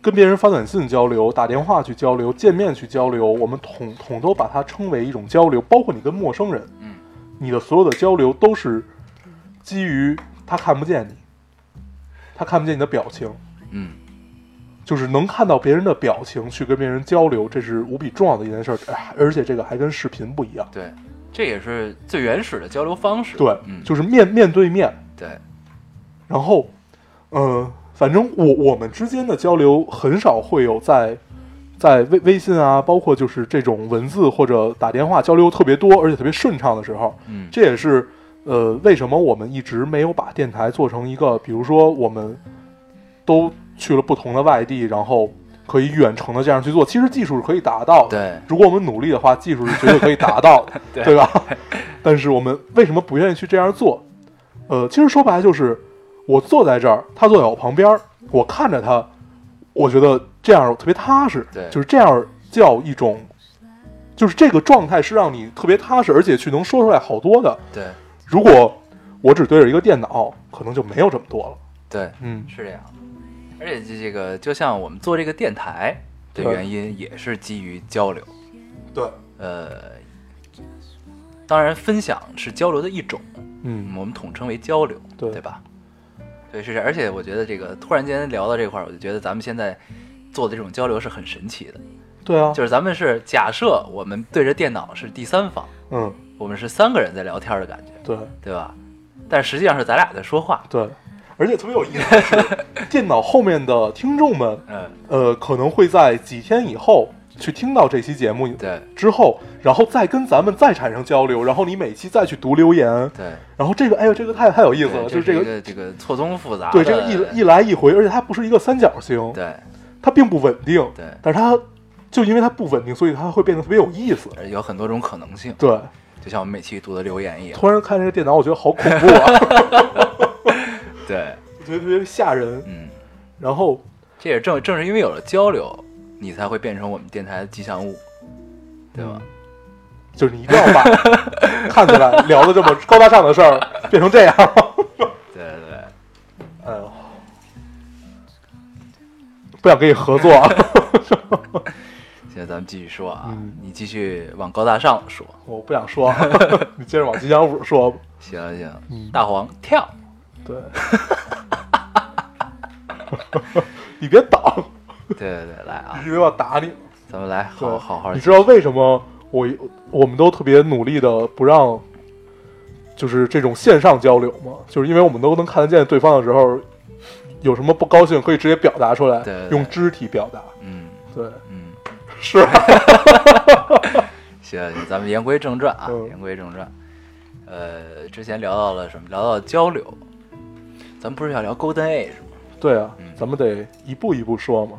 Speaker 3: 跟别人发短信交流、打电话去交流、见面去交流，我们统统都把它称为一种交流。包括你跟陌生人，
Speaker 1: 嗯，
Speaker 3: 你的所有的交流都是基于他看不见你，他看不见你的表情，
Speaker 1: 嗯，
Speaker 3: 就是能看到别人的表情去跟别人交流，这是无比重要的一件事儿。哎，而且这个还跟视频不一样，
Speaker 1: 对，这也是最原始的交流方式。
Speaker 3: 对，
Speaker 1: 嗯，
Speaker 3: 就是面面对面。
Speaker 1: 对，
Speaker 3: 然后，呃，反正我我们之间的交流很少会有在在微微信啊，包括就是这种文字或者打电话交流特别多，而且特别顺畅的时候。
Speaker 1: 嗯，
Speaker 3: 这也是呃为什么我们一直没有把电台做成一个，比如说我们都去了不同的外地，然后可以远程的这样去做。其实技术是可以达到的，
Speaker 1: 对，
Speaker 3: 如果我们努力的话，技术是绝对可以达到的，
Speaker 1: 对
Speaker 3: <laughs> 对吧？但是我们为什么不愿意去这样做？呃，其实说白了就是，我坐在这儿，他坐在我旁边儿，我看着他，我觉得这样特别踏实，
Speaker 1: 对
Speaker 3: 就是这样叫一种，就是这个状态是让你特别踏实，而且去能说出来好多的。
Speaker 1: 对，
Speaker 3: 如果我只对着一个电脑，可能就没有这么多了。
Speaker 1: 对，
Speaker 3: 嗯，
Speaker 1: 是这样。而且这这个，就像我们做这个电台的
Speaker 3: 对
Speaker 1: 原因，也是基于交流。
Speaker 3: 对，
Speaker 1: 呃，当然，分享是交流的一种，
Speaker 3: 嗯，
Speaker 1: 我们统称为交流，
Speaker 3: 对
Speaker 1: 吧？对，是这样。而且我觉得这个突然间聊到这块儿，我就觉得咱们现在做的这种交流是很神奇的。
Speaker 3: 对啊，
Speaker 1: 就是咱们是假设我们对着电脑是第三方，
Speaker 3: 嗯，
Speaker 1: 我们是三个人在聊天的感觉，
Speaker 3: 对。
Speaker 1: 对吧？但实际上是咱俩在说话。
Speaker 3: 对，而且特别有意思的是， <laughs> 电脑后面的听众们，
Speaker 1: 嗯，
Speaker 3: 呃，可能会在几天以后去听到这期节目
Speaker 1: 对
Speaker 3: 之后，然后再跟咱们再产生交流，然后你每期再去读留言，
Speaker 1: 对，
Speaker 3: 然后这个，哎呦，这个太太有意
Speaker 1: 意
Speaker 3: 思了，就是这
Speaker 1: 一
Speaker 3: 个，
Speaker 1: 个啊这个错综复杂的。
Speaker 3: 对，这个一一来一回，而且它不是一个三角形，
Speaker 1: 对
Speaker 3: 它并不稳定，
Speaker 1: 对，
Speaker 3: 但是它就因为它不稳定，所以它会变得特别有意思。
Speaker 1: 而有很多种可能性，
Speaker 3: 对，
Speaker 1: 就像我们每期读的留言一样。
Speaker 3: 突然看这个电脑，我觉得好恐怖啊，
Speaker 1: 对，
Speaker 3: 我觉得特别吓人。
Speaker 1: 嗯，
Speaker 3: 然后，
Speaker 1: 这也正正是因为有了交流，你才会变成我们电台的吉祥物，对吧？
Speaker 3: 嗯就是你一定要把 <laughs> 看起来聊的这么高大上的事儿变成这样。
Speaker 1: 对对对，
Speaker 3: 哎呦，不想跟你合作啊。
Speaker 1: 现在咱们继续说啊，
Speaker 3: 嗯
Speaker 1: 你继续往高大上说。
Speaker 3: <laughs> 我不想说， <laughs> 你接着往吉祥物说吧。
Speaker 1: 行行，
Speaker 3: 嗯
Speaker 1: 大黄跳，
Speaker 3: 对， <laughs> 你别倒，
Speaker 1: 对对对，来啊，
Speaker 3: 因为我要打你。
Speaker 1: 咱们来
Speaker 3: 对
Speaker 1: 好好好，
Speaker 3: 你知道为什么我我们都特别努力的不让，就是这种线上交流吗？就是因为我们都能看得见对方的时候，有什么不高兴可以直接表达出来，
Speaker 1: 对对对
Speaker 3: 用肢体表达。
Speaker 1: 嗯
Speaker 3: 对，
Speaker 1: 嗯，
Speaker 3: 是啊，
Speaker 1: 行行，咱们言归正传啊，
Speaker 3: 嗯
Speaker 1: 言归正传。呃，之前聊到了什么？聊到了交流，咱们不是要聊 Golden Age 吗？
Speaker 3: 对啊
Speaker 1: 嗯，
Speaker 3: 咱们得一步一步说嘛。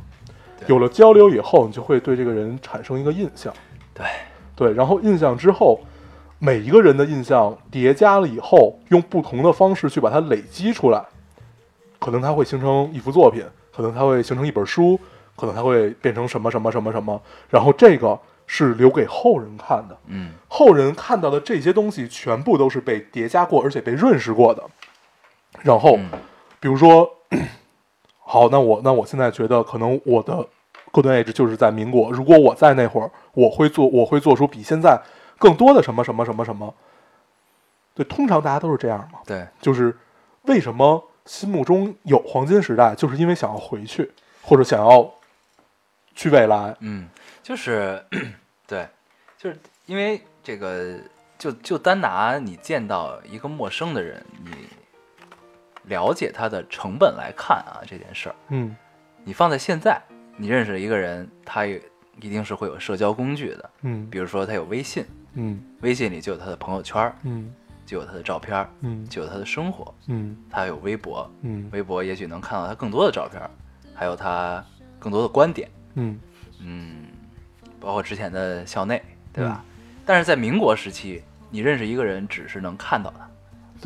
Speaker 1: 对
Speaker 3: 有了交流以后，你就会对这个人产生一个印象。
Speaker 1: 对
Speaker 3: 对，然后印象之后，每一个人的印象叠加了以后，用不同的方式去把它累积出来，可能它会形成一幅作品，可能它会形成一本书，可能它会变成什么什么什么什么。然后这个是留给后人看的，
Speaker 1: 嗯
Speaker 3: 后人看到的这些东西全部都是被叠加过，而且被润饰过的。然后，
Speaker 1: 嗯
Speaker 3: 比如说， <clears throat> 好，那我那我现在觉得可能我的 Golden Age 就是在民国。如果我在那会儿，我会做我会做出比现在更多的什么什么什么什么。对，通常大家都是这样嘛，
Speaker 1: 对
Speaker 3: 就是为什么心目中有黄金时代，就是因为想要回去或者想要去未来。
Speaker 1: 嗯，就是对，就是因为这个，就就单拿你见到一个陌生的人，你了解他的成本来看啊，这件事儿，
Speaker 3: 嗯，
Speaker 1: 你放在现在，你认识一个人，他也一定是会有社交工具的，
Speaker 3: 嗯
Speaker 1: 比如说他有微信，
Speaker 3: 嗯
Speaker 1: 微信里就有他的朋友圈儿，
Speaker 3: 嗯
Speaker 1: 就有他的照片儿，
Speaker 3: 嗯
Speaker 1: 就有他的生活，
Speaker 3: 嗯
Speaker 1: 他有微博，
Speaker 3: 嗯
Speaker 1: 微博也许能看到他更多的照片儿，还有他更多的观点。
Speaker 3: 嗯，
Speaker 1: 嗯，包括之前的校内，对吧？
Speaker 3: 嗯
Speaker 1: 但是在民国时期，你认识一个人只是能看到他，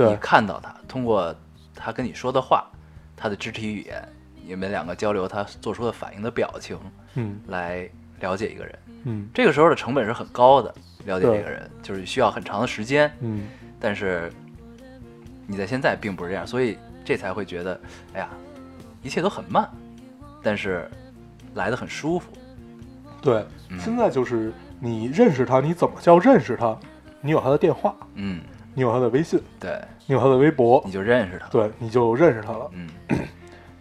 Speaker 1: 你
Speaker 3: 对
Speaker 1: 看到他，通过他跟你说的话，他的肢体语言，你们两个交流，他做出的反应的表情，
Speaker 3: 嗯
Speaker 1: 来了解一个人。
Speaker 3: 嗯
Speaker 1: 这个时候的成本是很高的，了解
Speaker 3: 对
Speaker 1: 这个人就是需要很长的时间，
Speaker 3: 嗯
Speaker 1: 但是你在现在并不是这样，所以这才会觉得，哎呀，一切都很慢，但是来的很舒服。
Speaker 3: 对，
Speaker 1: 嗯
Speaker 3: 现在就是你认识他，你怎么叫认识他？你有他的电话，
Speaker 1: 嗯，
Speaker 3: 你有他的微信，
Speaker 1: 对，
Speaker 3: 你有他的微博
Speaker 1: 你，就认识他。
Speaker 3: 对，你就认识他了。
Speaker 1: 嗯，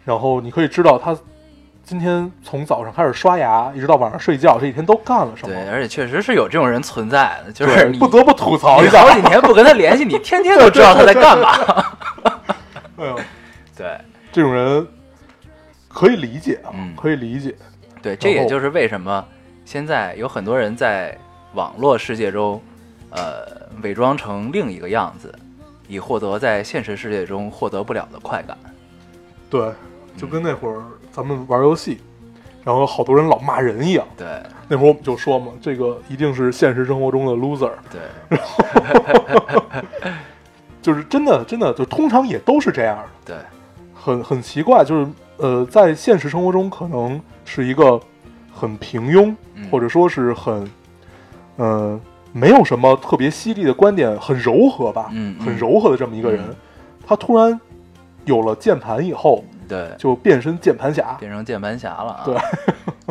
Speaker 3: 然后你可以知道他今天从早上开始刷牙，一直到晚上睡觉，这一天都干了什么。
Speaker 1: 对，而且确实是有这种人存在的，就
Speaker 3: 对
Speaker 1: 是你
Speaker 3: 不得不吐槽一
Speaker 1: 你
Speaker 3: 下。
Speaker 1: 好几年不跟他联系，你天天都知道他在干
Speaker 3: <laughs>
Speaker 1: 嘛。
Speaker 3: 哎呦，
Speaker 1: 对
Speaker 3: 这种人可以理解啊，
Speaker 1: 嗯
Speaker 3: 可以理解。
Speaker 1: 对，这也就是为什么现在有很多人在网络世界中，呃，伪装成另一个样子，以获得在现实世界中获得不了的快感。
Speaker 3: 对，
Speaker 1: 嗯
Speaker 3: 就跟那会儿咱们玩游戏，然后好多人老骂人一样。
Speaker 1: 对
Speaker 3: 那会儿我们就说嘛，这个一定是现实生活中的 loser，
Speaker 1: 对
Speaker 3: 就是真的真的，就通常也都是这样的。
Speaker 1: 对，
Speaker 3: 很很奇怪，就是呃，在现实生活中可能是一个很平庸，
Speaker 1: 嗯
Speaker 3: 或者说是很呃没有什么特别犀利的观点，很柔和吧，
Speaker 1: 嗯嗯
Speaker 3: 很柔和的这么一个人，
Speaker 1: 嗯
Speaker 3: 他突然有了键盘以后，
Speaker 1: 对，
Speaker 3: 就变身键盘侠，
Speaker 1: 变成键盘侠了啊！
Speaker 3: 对，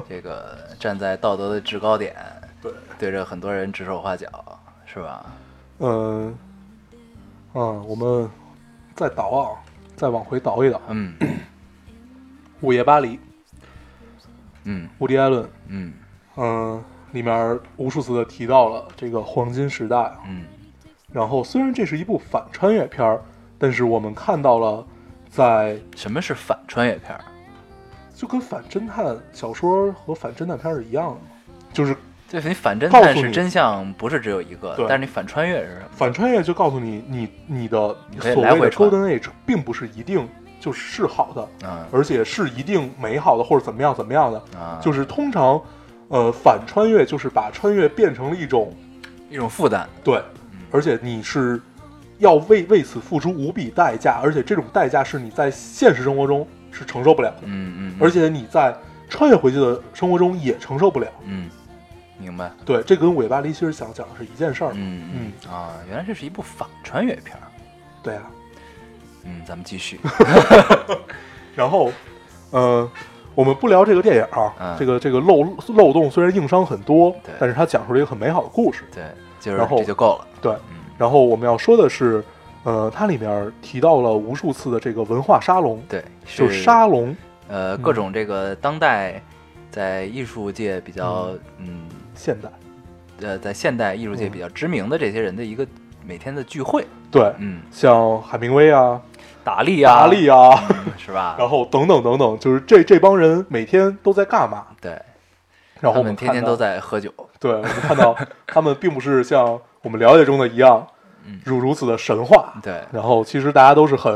Speaker 1: 这个站在道德的制高点，
Speaker 3: 对，
Speaker 1: 对着很多人指手画脚，是吧？
Speaker 3: 嗯、呃，啊，我们再倒啊，再往回倒一倒，《 <laughs>
Speaker 1: 嗯
Speaker 3: 午夜巴黎》，
Speaker 1: 嗯
Speaker 3: 伍迪·艾伦，
Speaker 1: 嗯
Speaker 3: 嗯、里面无数次的提到了这个黄金时代啊。
Speaker 1: 嗯
Speaker 3: 然后虽然这是一部反穿越片儿，但是我们看到了在
Speaker 1: 什么是反穿越片儿？
Speaker 3: 就跟反侦探小说和反侦探片儿是一样的嘛，就是
Speaker 1: 对，你反侦
Speaker 3: 告诉
Speaker 1: 探是
Speaker 3: 你
Speaker 1: 真相不是只有一个
Speaker 3: 对，
Speaker 1: 但是你反穿越是什么？
Speaker 3: 反穿越就告诉你，你你的
Speaker 1: 你可以
Speaker 3: 所
Speaker 1: 来
Speaker 3: 谓
Speaker 1: 回
Speaker 3: 的
Speaker 1: 穿
Speaker 3: golden age 并不是一定就是是好的，
Speaker 1: 嗯
Speaker 3: 而且是一定美好的或者怎么样怎么样的，
Speaker 1: 啊，
Speaker 3: 就是通常，呃，反穿越就是把穿越变成了一种
Speaker 1: 一种负担。
Speaker 3: 对，
Speaker 1: 嗯
Speaker 3: 而且你是要为为此付出无比代价，而且这种代价是你在现实生活中是承受不了的，
Speaker 1: 嗯嗯，嗯
Speaker 3: 而且你在穿越回去的生活中也承受不了。
Speaker 1: 嗯，明白。
Speaker 3: 对，这跟尾巴离其实想讲的是一件事儿。
Speaker 1: 嗯嗯啊，原来这是一部反穿越片儿。
Speaker 3: 对啊，
Speaker 1: 嗯，咱们继
Speaker 3: <laughs>
Speaker 1: 续。
Speaker 3: 然后，呃，我们不聊这个电影啊，
Speaker 1: 嗯
Speaker 3: 这个这个漏漏洞虽然硬伤很多
Speaker 1: 对，
Speaker 3: 但是它讲述了一个很美好的故事。
Speaker 1: 对，就是
Speaker 3: 然后
Speaker 1: 这就够了。
Speaker 3: 对，
Speaker 1: 嗯，
Speaker 3: 然后我们要说的是，呃，它里面提到了无数次的这个文化沙龙，
Speaker 1: 对，
Speaker 3: 就是沙龙
Speaker 1: 呃
Speaker 3: 嗯
Speaker 1: 各种这个当代在艺术界比较嗯
Speaker 3: 现代。
Speaker 1: 呃在现代艺术界比较知名的这些人的一个每天的聚会。
Speaker 3: 对，
Speaker 1: 嗯，
Speaker 3: 像海明威啊、
Speaker 1: 达利啊，
Speaker 3: 达利啊，
Speaker 1: 嗯是吧？
Speaker 3: <laughs> 然后等等等等，就是这这帮人每天都在干嘛？
Speaker 1: 对，
Speaker 3: 然后
Speaker 1: 他
Speaker 3: 我
Speaker 1: 们
Speaker 3: 们
Speaker 1: 天天
Speaker 3: 看到
Speaker 1: 都，在
Speaker 3: <laughs>
Speaker 1: 喝酒。
Speaker 3: 对我们
Speaker 1: <laughs>
Speaker 3: 看到他们并不是像我们了解中的一样
Speaker 1: 嗯，
Speaker 3: 如如此的神话。
Speaker 1: 对
Speaker 3: 然后其实大家都是很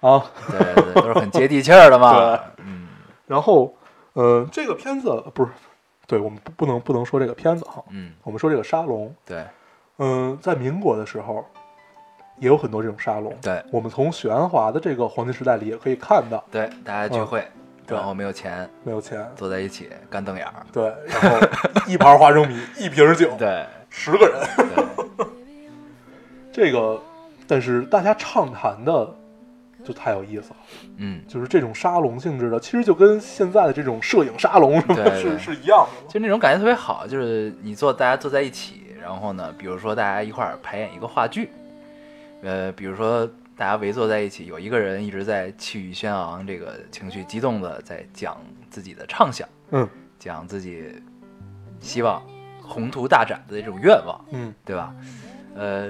Speaker 3: 啊，
Speaker 1: 对对对，都是很接地气儿的嘛。嗯
Speaker 3: 然后呃，这个片子不是，对我们不不能不能说这个片子哈，
Speaker 1: 嗯，
Speaker 3: 我们说这个沙龙，
Speaker 1: 对
Speaker 3: 嗯、在民国的时候也有很多这种沙龙。
Speaker 1: 对
Speaker 3: 我们从许鞍华的这个黄金时代里也可以看到，
Speaker 1: 对，大家聚会，
Speaker 3: 哦对
Speaker 1: 然后没有钱，
Speaker 3: 没有钱，
Speaker 1: 坐在一起干瞪眼儿。
Speaker 3: 对，然后一盘花生米，一瓶酒，
Speaker 1: 对
Speaker 3: 十个人，
Speaker 1: 对，
Speaker 3: 这个，但是大家畅谈的就太有意思了，
Speaker 1: 嗯，
Speaker 3: 就是这种沙龙性质的，其实就跟现在的这种摄影沙龙什么
Speaker 1: 对对
Speaker 3: 是是一样的。
Speaker 1: 就那种感觉特别好，就是你坐大家坐在一起，然后呢，比如说大家一块儿排演一个话剧，呃，比如说大家围坐在一起，有一个人一直在气宇轩昂，这个情绪激动的在讲自己的畅想，
Speaker 3: 嗯
Speaker 1: 讲自己希望宏图大展的这种愿望。
Speaker 3: 嗯，
Speaker 1: 对吧？呃，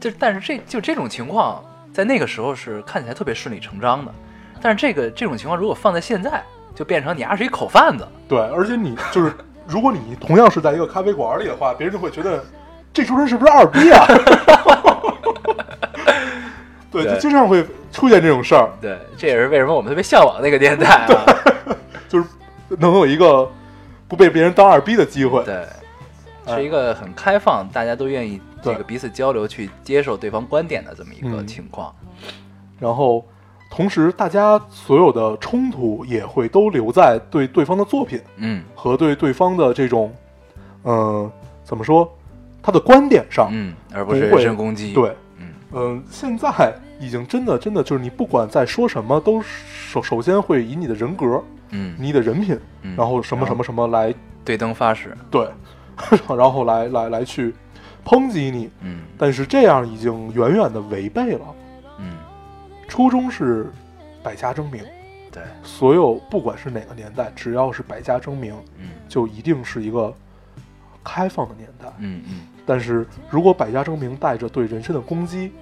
Speaker 1: 就但是这就这种情况，在那个时候是看起来特别顺理成章的，但是这个这种情况如果放在现在，就变成你丫是一口贩子，
Speaker 3: 对，而且你就是，如果你同样是在一个咖啡馆里的话，别人就会觉得这桌人是不是二逼啊？ <laughs> 对，
Speaker 1: 对
Speaker 3: 就经常会出现这种事儿，
Speaker 1: 对，这也是为什么我们特别向往那个年代啊，
Speaker 3: 就是能有一个不被别人当二逼的机会。
Speaker 1: <laughs> 对，呃
Speaker 3: 哎
Speaker 1: 是一个很开放，大家都愿意这
Speaker 3: 对
Speaker 1: 个彼此交流，去接受对方观点的这么一个
Speaker 3: 嗯
Speaker 1: 情况，
Speaker 3: 然后同时大家所有的冲突也会都留在对对方的作品
Speaker 1: 嗯
Speaker 3: 和对对方的这种，呃嗯、怎么说，他的观点上，
Speaker 1: 嗯，而不
Speaker 3: 不
Speaker 1: 是人
Speaker 3: 会
Speaker 1: 身攻击，
Speaker 3: 对，
Speaker 1: 嗯
Speaker 3: 嗯，现在已经真的真的就是你不管在说什么，都首首先会以你的人格、
Speaker 1: 嗯，
Speaker 3: 你的人品，
Speaker 1: 嗯
Speaker 3: 然后什么什么什么来
Speaker 1: 对灯发誓，
Speaker 3: 对， <laughs> 然后来来来去抨击你，
Speaker 1: 嗯
Speaker 3: 但是这样已经远远的违背了
Speaker 1: 嗯，
Speaker 3: 初衷是百家争鸣。
Speaker 1: 对，
Speaker 3: 所有不管是哪个年代，只要是百家争鸣，
Speaker 1: 嗯
Speaker 3: 就一定是一个开放的年代。
Speaker 1: 嗯嗯
Speaker 3: 但是如果百家争鸣带着对人身的攻击，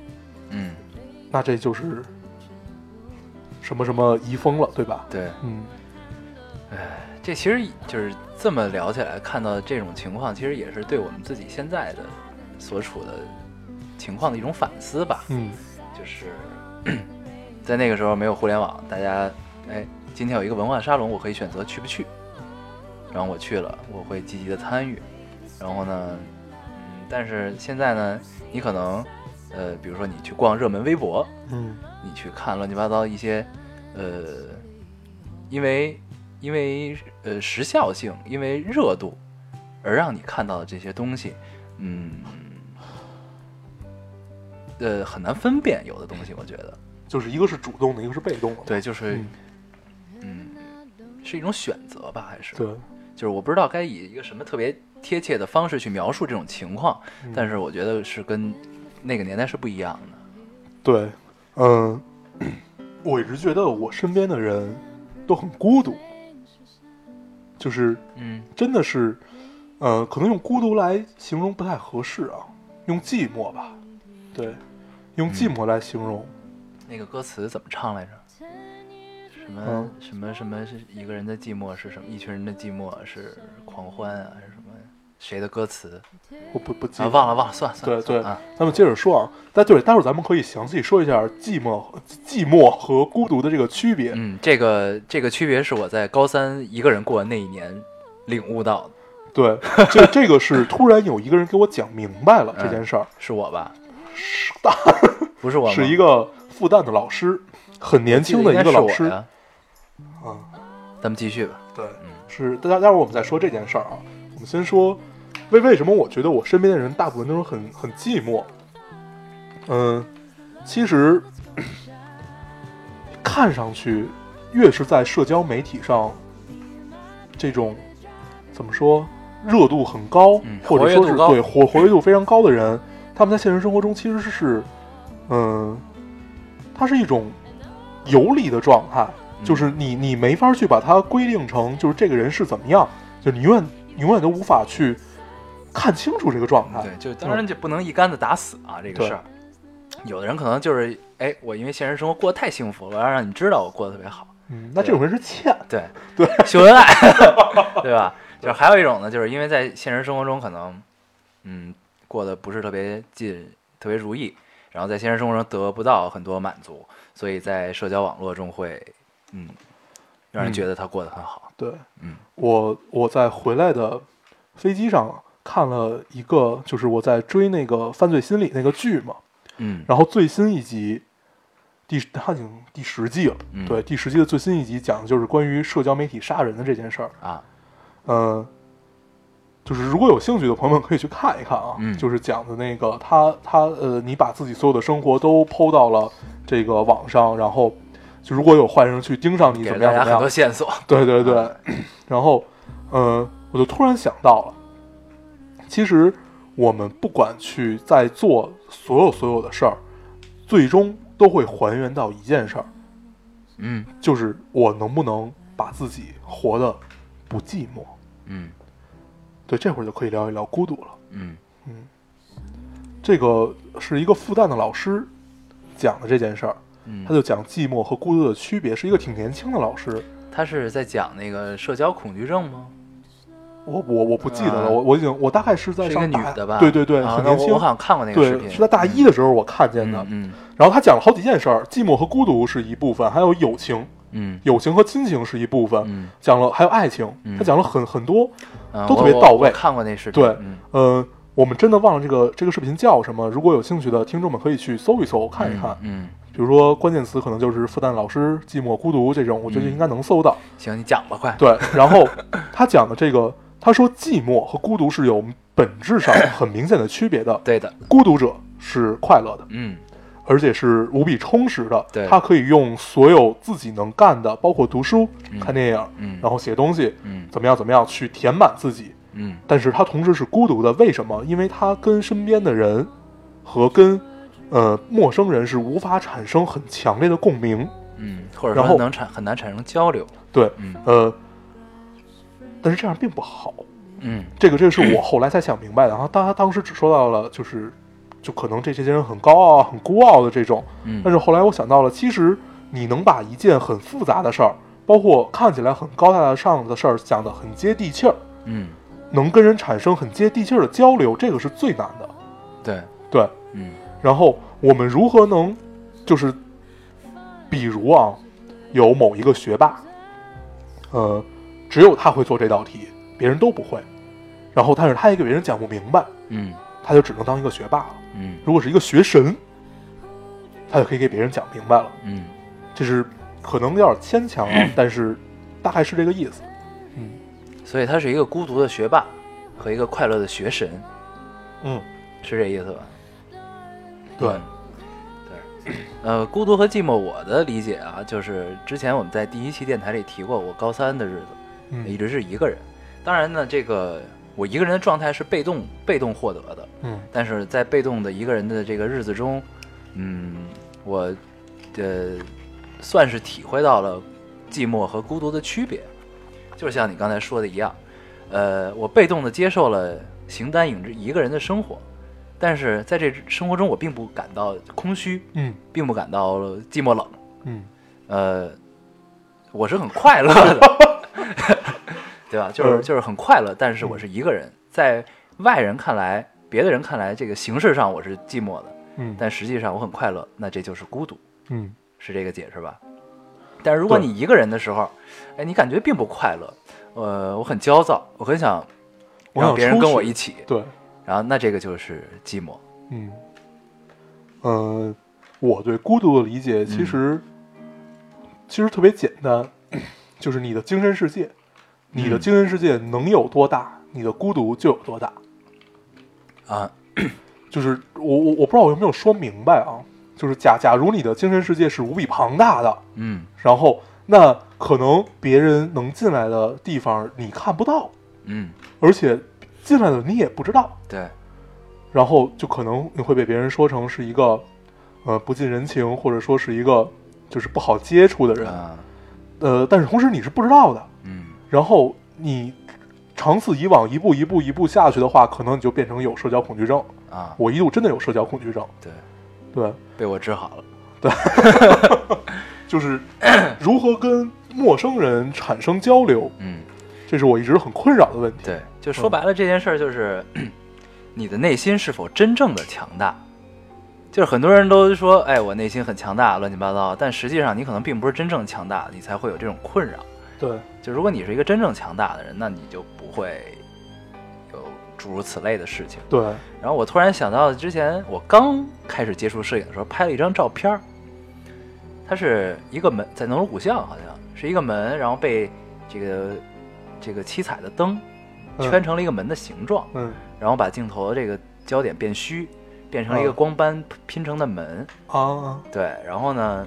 Speaker 1: 嗯，
Speaker 3: 那这就是什么什么遗风了，对吧？
Speaker 1: 对，
Speaker 3: 嗯，
Speaker 1: 这其实就是这么聊起来，看到这种情况，其实也是对我们自己现在的所处的情况的一种反思吧。
Speaker 3: 嗯，
Speaker 1: 就是 <clears throat> 在那个时候没有互联网，大家哎，今天有一个文化沙龙，我可以选择去不去。然后我去了，我会积极的参与。然后呢，嗯，但是现在呢，你可能呃，比如说你去逛热门微博，
Speaker 3: 嗯，
Speaker 1: 你去看乱七八糟一些呃，因为因为呃时效性，因为热度而让你看到的这些东西，嗯，呃，很难分辨有的东西，我觉得，
Speaker 3: 就是一个是主动的，一个是被动的。
Speaker 1: 对，就是嗯，
Speaker 3: 嗯，
Speaker 1: 是一种选择吧，还是，
Speaker 3: 对，
Speaker 1: 就是我不知道该以一个什么特别贴切的方式去描述这种情况，
Speaker 3: 嗯
Speaker 1: 但是我觉得是跟那个年代是不一样的，
Speaker 3: 对，嗯， <clears throat> 我一直觉得我身边的人都很孤独，就是
Speaker 1: 嗯
Speaker 3: 真的是，呃，可能用孤独来形容不太合适啊，用寂寞吧，对，用寂寞来形容，
Speaker 1: 那个歌词怎么唱来着？什么、
Speaker 3: 嗯
Speaker 1: 什么什么是一个人的寂寞是什么？一群人的寂寞是狂欢啊，还是什么？谁的歌词
Speaker 3: 我不不记
Speaker 1: 啊？
Speaker 3: 得。
Speaker 1: 忘了忘了，算了算
Speaker 3: 嗯对
Speaker 1: 了
Speaker 3: 对
Speaker 1: 算了啊，，
Speaker 3: 咱们接着说啊。但对，待会儿咱们可以详细说一下寂寞、寂寞和孤独的这个区别。
Speaker 1: 嗯，这个这个区别是我在高三一个人过的那一年领悟到的，
Speaker 3: 对，这这个是突然有一个人给我讲明白
Speaker 1: 嗯
Speaker 3: 了这件事儿，
Speaker 1: 是我吧？
Speaker 3: 是大
Speaker 1: 不是我吗，
Speaker 3: 是一个复旦的老师，很年轻的一个老
Speaker 1: 应该
Speaker 3: 师
Speaker 1: 是我呀
Speaker 3: 啊。
Speaker 1: 咱们继续吧。
Speaker 3: 对
Speaker 1: 嗯，
Speaker 3: 是待待待会儿我们再说这件事儿啊。我们先说为为什么我觉得我身边的人大部分都是很很寂寞。嗯，其实看上去越是在社交媒体上，这种怎么说热度很高，
Speaker 1: 嗯
Speaker 3: 或
Speaker 1: 活
Speaker 3: 者说
Speaker 1: 跃
Speaker 3: 是
Speaker 1: 度高
Speaker 3: 对活活跃度非常高的人，他们在现实生活中其实是嗯，它是一种游离的状态。
Speaker 1: 嗯
Speaker 3: 就是你你没法去把它规定成就是这个人是怎么样，就是你永远你永远都无法去看清楚这个状态。
Speaker 1: 对，就当然就不能一竿子打死啊，这个
Speaker 3: 啊对
Speaker 1: 事儿。有的人可能就是，哎，我因为现实生活过得太幸福了，我要让你知道我过得特别好。
Speaker 3: 嗯，那这种人是欠，
Speaker 1: 对
Speaker 3: 对，
Speaker 1: 秀恩爱， <laughs> 对吧？就是还有一种呢，就是因为在现实生活中可能，嗯，过得不是特别尽、特别如意，然后在现实生活中得不到很多满足，所以在社交网络中会，嗯，让人
Speaker 3: 嗯
Speaker 1: 觉得他过得很好。
Speaker 3: 对，
Speaker 1: 嗯，
Speaker 3: 我我在回来的飞机上看了一个，就是我在追那个《犯罪心理》那个剧嘛，
Speaker 1: 嗯
Speaker 3: 然后最新一集第它已经第十季了，
Speaker 1: 嗯
Speaker 3: 对，第十季的最新一集讲的就是关于社交媒体杀人的这件事儿。
Speaker 1: 啊，
Speaker 3: 嗯，就是如果有兴趣的朋友们可以去看一看啊，
Speaker 1: 嗯
Speaker 3: 就是讲的那个他他呃，你把自己所有的生活都抛到了这个网上，然后就如果有坏人去盯上你
Speaker 1: 给
Speaker 3: 怎
Speaker 1: 了大
Speaker 3: 么样
Speaker 1: 家
Speaker 3: 怎么
Speaker 1: 很多嗯
Speaker 3: 样，
Speaker 1: 线
Speaker 3: <laughs>
Speaker 1: 索。
Speaker 3: 对对对，然后呃，我就突然想到了，其实我们不管去在做所有所有的事儿，最终都会还原到一件事儿，
Speaker 1: 嗯
Speaker 3: 就是我能不能把自己活得不寂寞。
Speaker 1: 嗯
Speaker 3: 对，这会儿就可以聊一聊孤独了。
Speaker 1: 嗯
Speaker 3: 这个是一个复旦的老师讲的这件事儿，
Speaker 1: 嗯，
Speaker 3: 他就讲寂寞和孤独的区别，是一个挺年轻的老师。
Speaker 1: 他是在讲那个社交恐惧症吗？
Speaker 3: 我我我不记得了，
Speaker 1: 啊
Speaker 3: 我我已经我大概是在
Speaker 1: 是一个
Speaker 3: 上
Speaker 1: 女
Speaker 3: 大
Speaker 1: 的吧？
Speaker 3: 对对对，
Speaker 1: 啊
Speaker 3: 很
Speaker 1: 那
Speaker 3: 年
Speaker 1: 我
Speaker 3: 轻
Speaker 1: 我，好像看过那个视
Speaker 3: 对，
Speaker 1: 频，
Speaker 3: 是在大一的时候我看见的。
Speaker 1: 嗯
Speaker 3: 然后他讲了好几件事儿，寂寞和孤独是一部分，还有友情，
Speaker 1: 嗯
Speaker 3: 友情和亲情是一部分，
Speaker 1: 嗯
Speaker 3: 讲了还有爱情，
Speaker 1: 嗯
Speaker 3: 他讲了很很多。
Speaker 1: 嗯，
Speaker 3: 都特
Speaker 1: 我
Speaker 3: 别
Speaker 1: 我
Speaker 3: 到位
Speaker 1: 我看过那视频，
Speaker 3: 对
Speaker 1: 嗯
Speaker 3: 呃，我们真的忘了这个这个视频叫什么，如果有兴趣的听众们可以去搜一搜看一看。
Speaker 1: 嗯，
Speaker 3: 比如说关键词可能就是复旦老师、寂寞、孤独这种，我觉得应该能搜到。
Speaker 1: 嗯行，你讲吧，快， <laughs>
Speaker 3: 对，然后他讲的这个，他说寂寞和孤独是有本质上很明显的区别的。
Speaker 1: 对的，
Speaker 3: 孤独者是快乐的，
Speaker 1: 嗯
Speaker 3: 而且是无比充实的。
Speaker 1: 对
Speaker 3: 他可以用所有自己能干的，包括读书、
Speaker 1: 嗯
Speaker 3: 看电影，
Speaker 1: 嗯
Speaker 3: 然后写东西，
Speaker 1: 嗯
Speaker 3: 怎么样怎么样去填满自己。
Speaker 1: 嗯
Speaker 3: 但是他同时是孤独的，为什么？因为他跟身边的人和跟呃陌生人是无法产生很强烈的共鸣。
Speaker 1: 嗯，或者
Speaker 3: 然后
Speaker 1: 说能产很难产生交流。
Speaker 3: 对，
Speaker 1: 嗯
Speaker 3: 呃，但是这样并不好。
Speaker 1: 嗯
Speaker 3: 这个这是我后来才想明白的。然后当他当时只说到了，就是就可能这些人很高傲、啊很孤傲的这种，
Speaker 1: 嗯，
Speaker 3: 但是后来我想到了，其实你能把一件很复杂的事儿，包括看起来很高大上的事儿，讲得很接地气儿，
Speaker 1: 嗯
Speaker 3: 能跟人产生很接地气儿的交流，这个是最难的。
Speaker 1: 对
Speaker 3: 对，
Speaker 1: 嗯
Speaker 3: 然后我们如何能，就是，比如啊，有某一个学霸，呃，只有他会做这道题，别人都不会，然后但是他也给别人讲不明白，
Speaker 1: 嗯
Speaker 3: 他就只能当一个学霸了。
Speaker 1: 嗯
Speaker 3: 如果是一个学神，他就可以给别人讲明白了。
Speaker 1: 嗯
Speaker 3: 这是可能有点牵强啊，但是大概是这个意思。
Speaker 1: 所以他是一个孤独的学霸和一个快乐的学神，
Speaker 3: 嗯，
Speaker 1: 是这意思吧？
Speaker 3: 对，
Speaker 1: 嗯对，呃，孤独和寂寞，我的理解啊，就是之前我们在第一期电台里提过，我高三的日子一
Speaker 3: 嗯
Speaker 1: 直是一个人。当然呢，这个我一个人的状态是被动被动获得的，
Speaker 3: 嗯
Speaker 1: 但是在被动的一个人的这个日子中，嗯，我呃算是体会到了寂寞和孤独的区别，就像你刚才说的一样，呃，我被动的接受了形单影只一个人的生活，但是在这生活中，我并不感到空虚，
Speaker 3: 嗯
Speaker 1: 并不感到寂寞冷，
Speaker 3: 嗯
Speaker 1: 呃，我是很快乐的， <laughs> 对吧？就是
Speaker 3: 嗯
Speaker 1: 就是很快乐，但是我是一个人，在外人看来，别的人看来，这个形式上我是寂寞的，
Speaker 3: 嗯
Speaker 1: 但实际上我很快乐，那这就是孤独，
Speaker 3: 嗯
Speaker 1: 是这个解释吧？但是如果
Speaker 3: 对
Speaker 1: 你一个人的时候，哎，你感觉并不快乐，呃，我很焦躁，我很想
Speaker 3: 我想
Speaker 1: 让别人跟
Speaker 3: 出
Speaker 1: 我
Speaker 3: 去
Speaker 1: 一起，
Speaker 3: 对，
Speaker 1: 然后那这个就是寂寞，
Speaker 3: 嗯，呃，我对孤独的理解其实、其实特别简单， <clears throat> 就是你的精神世界，你的
Speaker 1: 嗯
Speaker 3: 精神世界能有多大，你的孤独就有多大。
Speaker 1: 啊，
Speaker 3: 就是我我我不知道我有没有说明白啊，就是假假如你的精神世界是无比庞大的，
Speaker 1: 嗯
Speaker 3: 然后那可能别人能进来的地方你看不到，
Speaker 1: 嗯，
Speaker 3: 而且进来了你也不知道，
Speaker 1: 对，
Speaker 3: 然后就可能你会被别人说成是一个，呃，不近人情，或者说是一个就是不好接触的人。
Speaker 1: 啊，
Speaker 3: 呃，但是同时你是不知道的，
Speaker 1: 嗯
Speaker 3: 然后你长此以往，一步一步一步下去的话，可能你就变成有社交恐惧症。
Speaker 1: 啊，
Speaker 3: 我一度真的有社交恐惧症，
Speaker 1: 对，
Speaker 3: 对，
Speaker 1: 被我治好了，
Speaker 3: 就是 <coughs> 如何跟陌生人产生交流，
Speaker 1: 嗯。
Speaker 3: 这是我一直很困扰的问题。
Speaker 1: 对，就说白了，这件事儿就是、 <clears throat> 你的内心是否真正的强大。就是很多人都说，哎，我内心很强大，乱七八糟，但实际上你可能并不是真正强大，你才会有这种困扰。
Speaker 3: 对，
Speaker 1: 就如果你是一个真正强大的人，那你就不会有诸如此类的事情。
Speaker 3: 对，
Speaker 1: 然后我突然想到，之前我刚开始接触摄影的时候，拍了一张照片儿，它是一个门，在农龙古巷好像是一个门，然后被这个这个七彩的灯
Speaker 3: 嗯
Speaker 1: 圈成了一个门的形状，
Speaker 3: 嗯，
Speaker 1: 然后把镜头这个焦点变虚，变成了一个
Speaker 3: 嗯
Speaker 1: 光斑拼成的门。
Speaker 3: 啊，
Speaker 1: 对，然后呢，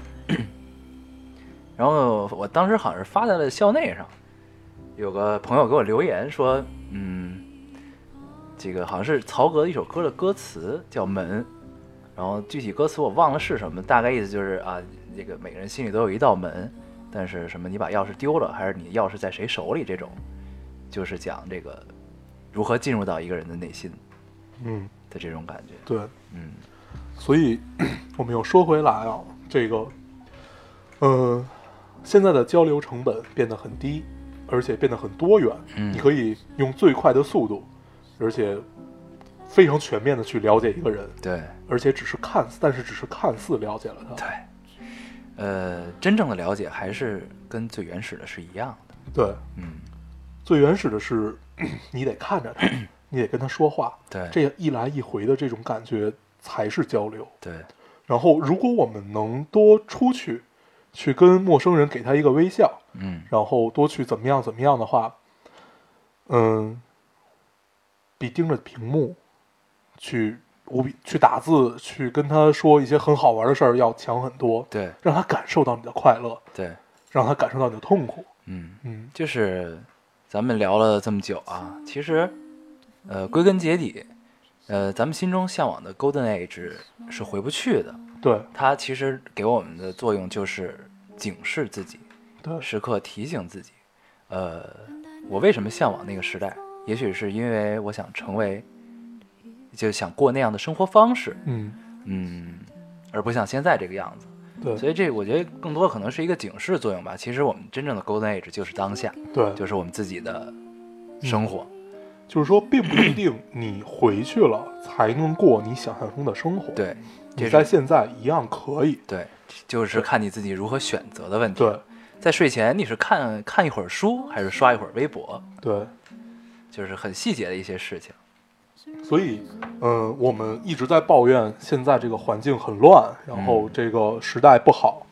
Speaker 1: 然后我当时好像是发在了校内上，有个朋友给我留言说，嗯，这个好像是曹格一首歌的歌词叫《门》，然后具体歌词我忘了是什么，大概意思就是啊，这个每个人心里都有一道门，但是什么你把钥匙丢了，还是你钥匙在谁手里这种，就是讲这个如何进入到一个人的内心
Speaker 3: 嗯，
Speaker 1: 的这种感觉，
Speaker 3: 对，
Speaker 1: 嗯
Speaker 3: 所以 <clears throat> 我们又说回来啊，这个，呃，现在的交流成本变得很低，而且变得很多元。
Speaker 1: 嗯
Speaker 3: 你可以用最快的速度，而且非常全面的去了解一个人，
Speaker 1: 对。
Speaker 3: 而且只是看似，但是只是看似了解了他。
Speaker 1: 对，呃，真正的了解还是跟最原始的是一样的。
Speaker 3: 对，
Speaker 1: 嗯，
Speaker 3: 最原始的是 <clears throat> 你得看
Speaker 1: <clears throat>
Speaker 3: 着他，你得跟他说话，
Speaker 1: 对，
Speaker 3: 这一来一回的这种感觉才是交流。
Speaker 1: 对，
Speaker 3: 然后，如果我们能多出去，去跟陌生人给他一个微笑，
Speaker 1: 嗯
Speaker 3: 然后多去怎么样怎么样的话，嗯，比盯着屏幕去我比去打字去跟他说一些很好玩的事儿要强很多，
Speaker 1: 对
Speaker 3: 让他感受到你的快乐，
Speaker 1: 对，
Speaker 3: 让他感受到你的痛苦。
Speaker 1: 嗯，
Speaker 3: 嗯
Speaker 1: 就是咱们聊了这么久啊，其实，呃，归根结底，呃，咱们心中向往的 Golden Age 是回不去的。，
Speaker 3: 对
Speaker 1: 它其实给我们的作用就是警示自己，
Speaker 3: 对
Speaker 1: 时刻提醒自己，呃，我为什么向往那个时代？也许是因为我想成为，就想过那样的生活方式，
Speaker 3: 嗯
Speaker 1: 嗯，而不像现在这个样子。所
Speaker 3: 对
Speaker 1: 以这我觉得更多可能是一个警示作用吧。其实我们真正的 Golden Age 就是当下，
Speaker 3: 对，
Speaker 1: 就是我们自己的生活。
Speaker 3: 就是说，并不一定你回去了才能过你想象中的生活，，
Speaker 1: 对，
Speaker 3: 你
Speaker 1: 这
Speaker 3: 在
Speaker 1: 是
Speaker 3: 现在一样可以。
Speaker 1: 对，就是看你自己如何选择的问题。
Speaker 3: 对
Speaker 1: 在睡前你是看看一会儿书，还是刷一会儿微博？
Speaker 3: 对，
Speaker 1: 就是很细节的一些事情。
Speaker 3: 所以，嗯，我们一直在抱怨现在这个环境很乱，然后这个时代不好，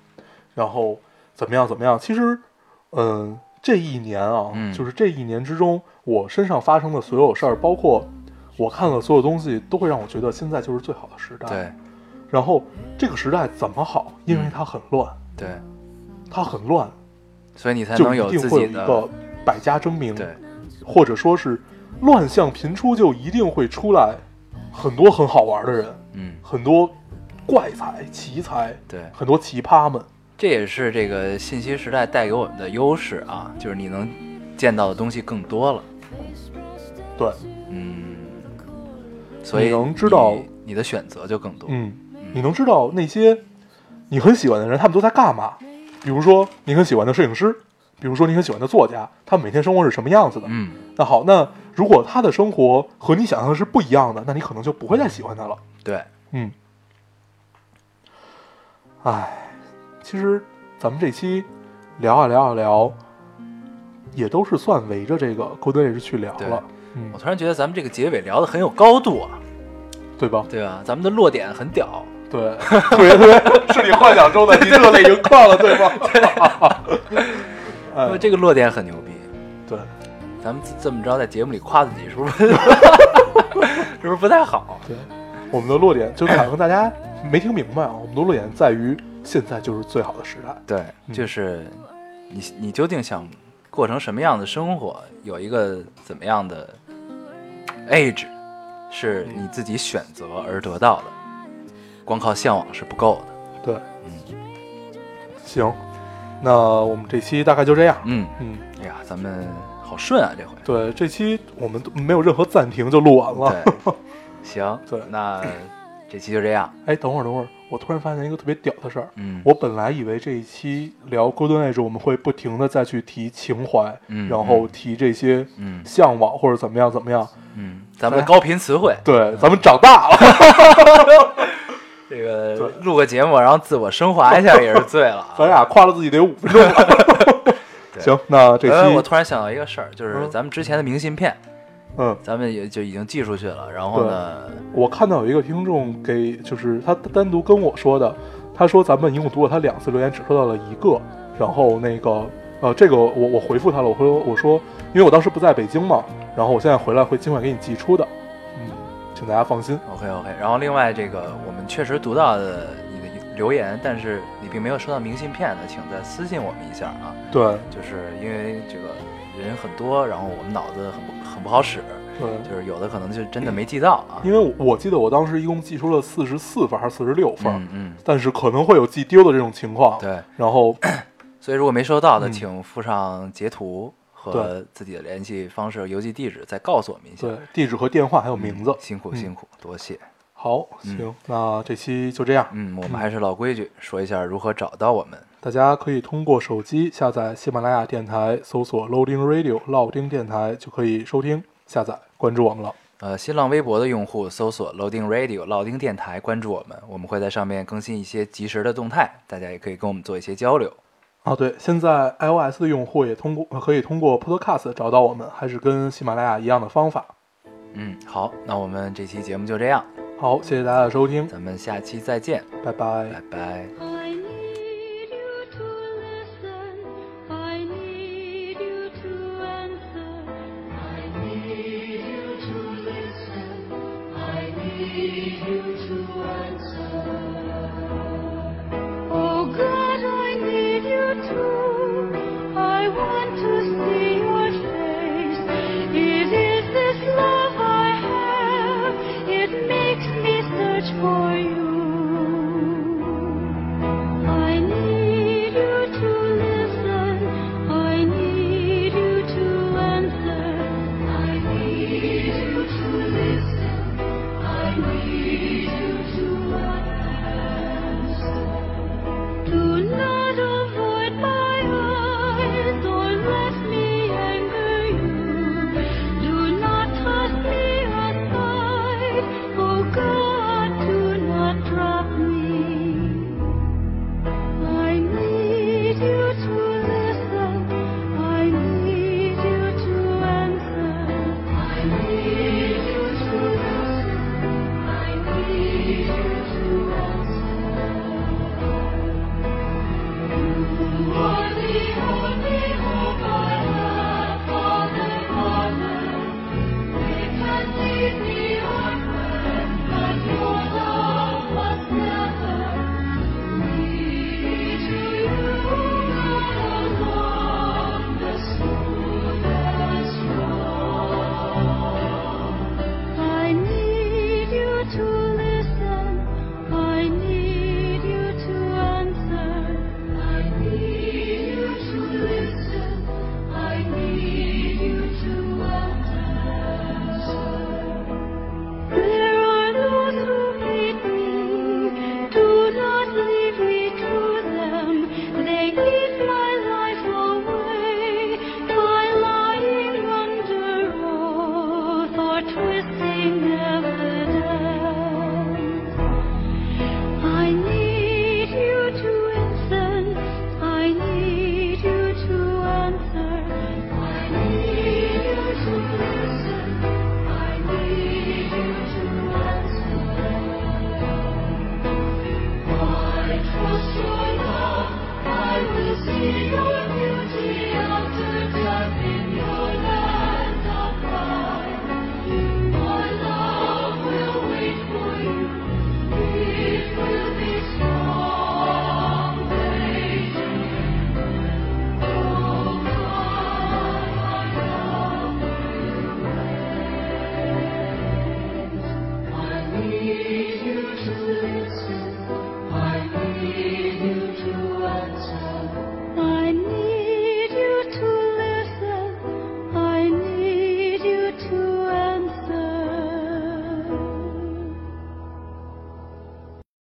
Speaker 3: 然后怎么样怎么样。其实，嗯，这一年啊，
Speaker 1: 嗯
Speaker 3: 就是这一年之中，我身上发生的所有事儿，包括我看了所有东西，都会让我觉得现在就是最好的时代。
Speaker 1: 对
Speaker 3: 然后这个时代怎么好？因为
Speaker 1: 嗯
Speaker 3: 它很乱，
Speaker 1: 对，
Speaker 3: 它很乱，
Speaker 1: 所以你才
Speaker 3: 就
Speaker 1: 能
Speaker 3: 一
Speaker 1: 有
Speaker 3: 定
Speaker 1: 自
Speaker 3: 会有
Speaker 1: 己
Speaker 3: 一
Speaker 1: 的
Speaker 3: 个百家争鸣，
Speaker 1: 对，
Speaker 3: 或者说是乱象频出，就一定会出来很多很好玩的人，
Speaker 1: 嗯
Speaker 3: 很多怪才、奇才，
Speaker 1: 对，
Speaker 3: 很多奇葩们。
Speaker 1: 这也是这个信息时代带给我们的优势啊，就是你能见到的东西更多了。
Speaker 3: 对，
Speaker 1: 嗯，所以
Speaker 3: 你能知道
Speaker 1: 你你的选择就更多。
Speaker 3: 嗯，你能知道那些你很喜欢的人，他们都在干嘛？比如说你很喜欢的摄影师，比如说你很喜欢的作家，他们每天生活是什么样子的？
Speaker 1: 嗯，
Speaker 3: 那好，那如果他的生活和你想象的是不一样的，那你可能就不会再喜欢他了。
Speaker 1: 对，
Speaker 3: 嗯，唉，其实咱们这期聊啊聊啊聊，也都是算围着这个 Golden Age 去聊
Speaker 1: 对
Speaker 3: 了，嗯
Speaker 1: 我，突然觉得咱们这个结尾聊的很有高度啊，
Speaker 3: 对吧？
Speaker 1: 对吧？咱们的落点很屌，
Speaker 3: 对，特别特别是你幻想中的，你热泪盈眶了，对吧？
Speaker 1: 因为
Speaker 3: 哎，
Speaker 1: 这个落点很牛逼。
Speaker 3: <laughs> 对，
Speaker 1: 咱们这么着在节目里夸自己，是不是？ <laughs> 是不是不太好？啊
Speaker 3: 对，我们的落点就可能大家没听明白啊，我们的落点在于现在就是最好的时代。
Speaker 1: 对，就是你你究竟想过成什么样的生活，有一个怎么样的 age，是
Speaker 3: 嗯
Speaker 1: 你自己选择而得到的，光靠向往是不够的。
Speaker 3: 对，嗯行，那我们这期大概就这样。
Speaker 1: 嗯，
Speaker 3: 嗯，
Speaker 1: 哎呀，咱们好顺啊，
Speaker 3: <laughs>
Speaker 1: 这回。
Speaker 3: 对，这期我们都没有任何暂停就录完了。
Speaker 1: 对，行，
Speaker 3: <laughs> 对
Speaker 1: 那这期就这样。
Speaker 3: 哎，等会儿，等会儿，我突然发现一个特别屌的事儿。
Speaker 1: 嗯，
Speaker 3: 我本来以为这一期聊 Golden Age，我们会不停的再去提情怀，
Speaker 1: 嗯
Speaker 3: 然后提这些
Speaker 1: 嗯
Speaker 3: 向往或者怎么样怎么样。
Speaker 1: 嗯，咱们的
Speaker 3: 啊
Speaker 1: 高频词汇，
Speaker 3: 对，咱们长
Speaker 1: <laughs>
Speaker 3: 大了，
Speaker 1: 这个
Speaker 3: 对
Speaker 1: 录个节目，然后自我升华一下也是醉了啊。
Speaker 3: <laughs> 咱俩夸了自己得五分钟了。
Speaker 1: <laughs> 对
Speaker 3: 行，那这
Speaker 1: 呃，我
Speaker 3: 期
Speaker 1: 突然想到一个事儿，就是
Speaker 3: 嗯
Speaker 1: 咱们之前的明信片，
Speaker 3: 嗯，
Speaker 1: 咱们也就已经寄出去了。然后呢，
Speaker 3: 我看到有一个听众给，就是他单独跟我说的，他说咱们一共读了他两次留言，只收到了一个。然后那个，呃，这个我我回复他了，我说我说，因为我当时不在北京嘛，然后我现在回来会尽快给你寄出的，嗯，请大家放心。
Speaker 1: OK OK，然后另外这个我们确实读到的你的留言，但是你并没有收到明信片的，请再私信我们一下啊。
Speaker 3: 对
Speaker 1: 就是因为这个人很多，然后我们脑子很不很不好使，
Speaker 3: 对，
Speaker 1: 就是有的可能就真的没记到啊。
Speaker 3: 因为我我记得我当时一共寄出了四十四分还是四十六分，
Speaker 1: 嗯嗯，
Speaker 3: 但是可能会有寄丢的这种情况。，
Speaker 1: 对，
Speaker 3: 然后
Speaker 1: 所以如果没收到的，
Speaker 3: 嗯
Speaker 1: 请附上截图和
Speaker 3: 对
Speaker 1: 自己的联系方式、邮寄地址，再告诉我们一下。
Speaker 3: 对地址和电话还有名字。
Speaker 1: 辛苦
Speaker 3: 嗯
Speaker 1: 辛苦，多谢。
Speaker 3: 好，行，那这期就这样。
Speaker 1: 嗯，我们还是老规矩，说一下如何找到我们。
Speaker 3: 大家可以通过手机下载喜马拉雅电台，搜索 Loading Radio 老丁电台就可以收听、下载、关注我们了。
Speaker 1: 呃，新浪微博的用户搜索 Loading Radio 老丁电台，关注我们，我们会在上面更新一些及时的动态，大家也可以跟我们做一些交流。
Speaker 3: 啊，对，现在 iOS 的用户也通过呃可以通过 Podcast 找到我们，还是跟喜马拉雅一样的方法。
Speaker 1: 嗯，好，那我们这期节目就这样，
Speaker 3: 好，谢谢大家的收听，
Speaker 1: 咱们下期再见，
Speaker 3: 拜拜
Speaker 1: 拜拜。
Speaker 4: I need you to listen. I need you to answer. I need you to listen. I need need you to answer. Oh, Oh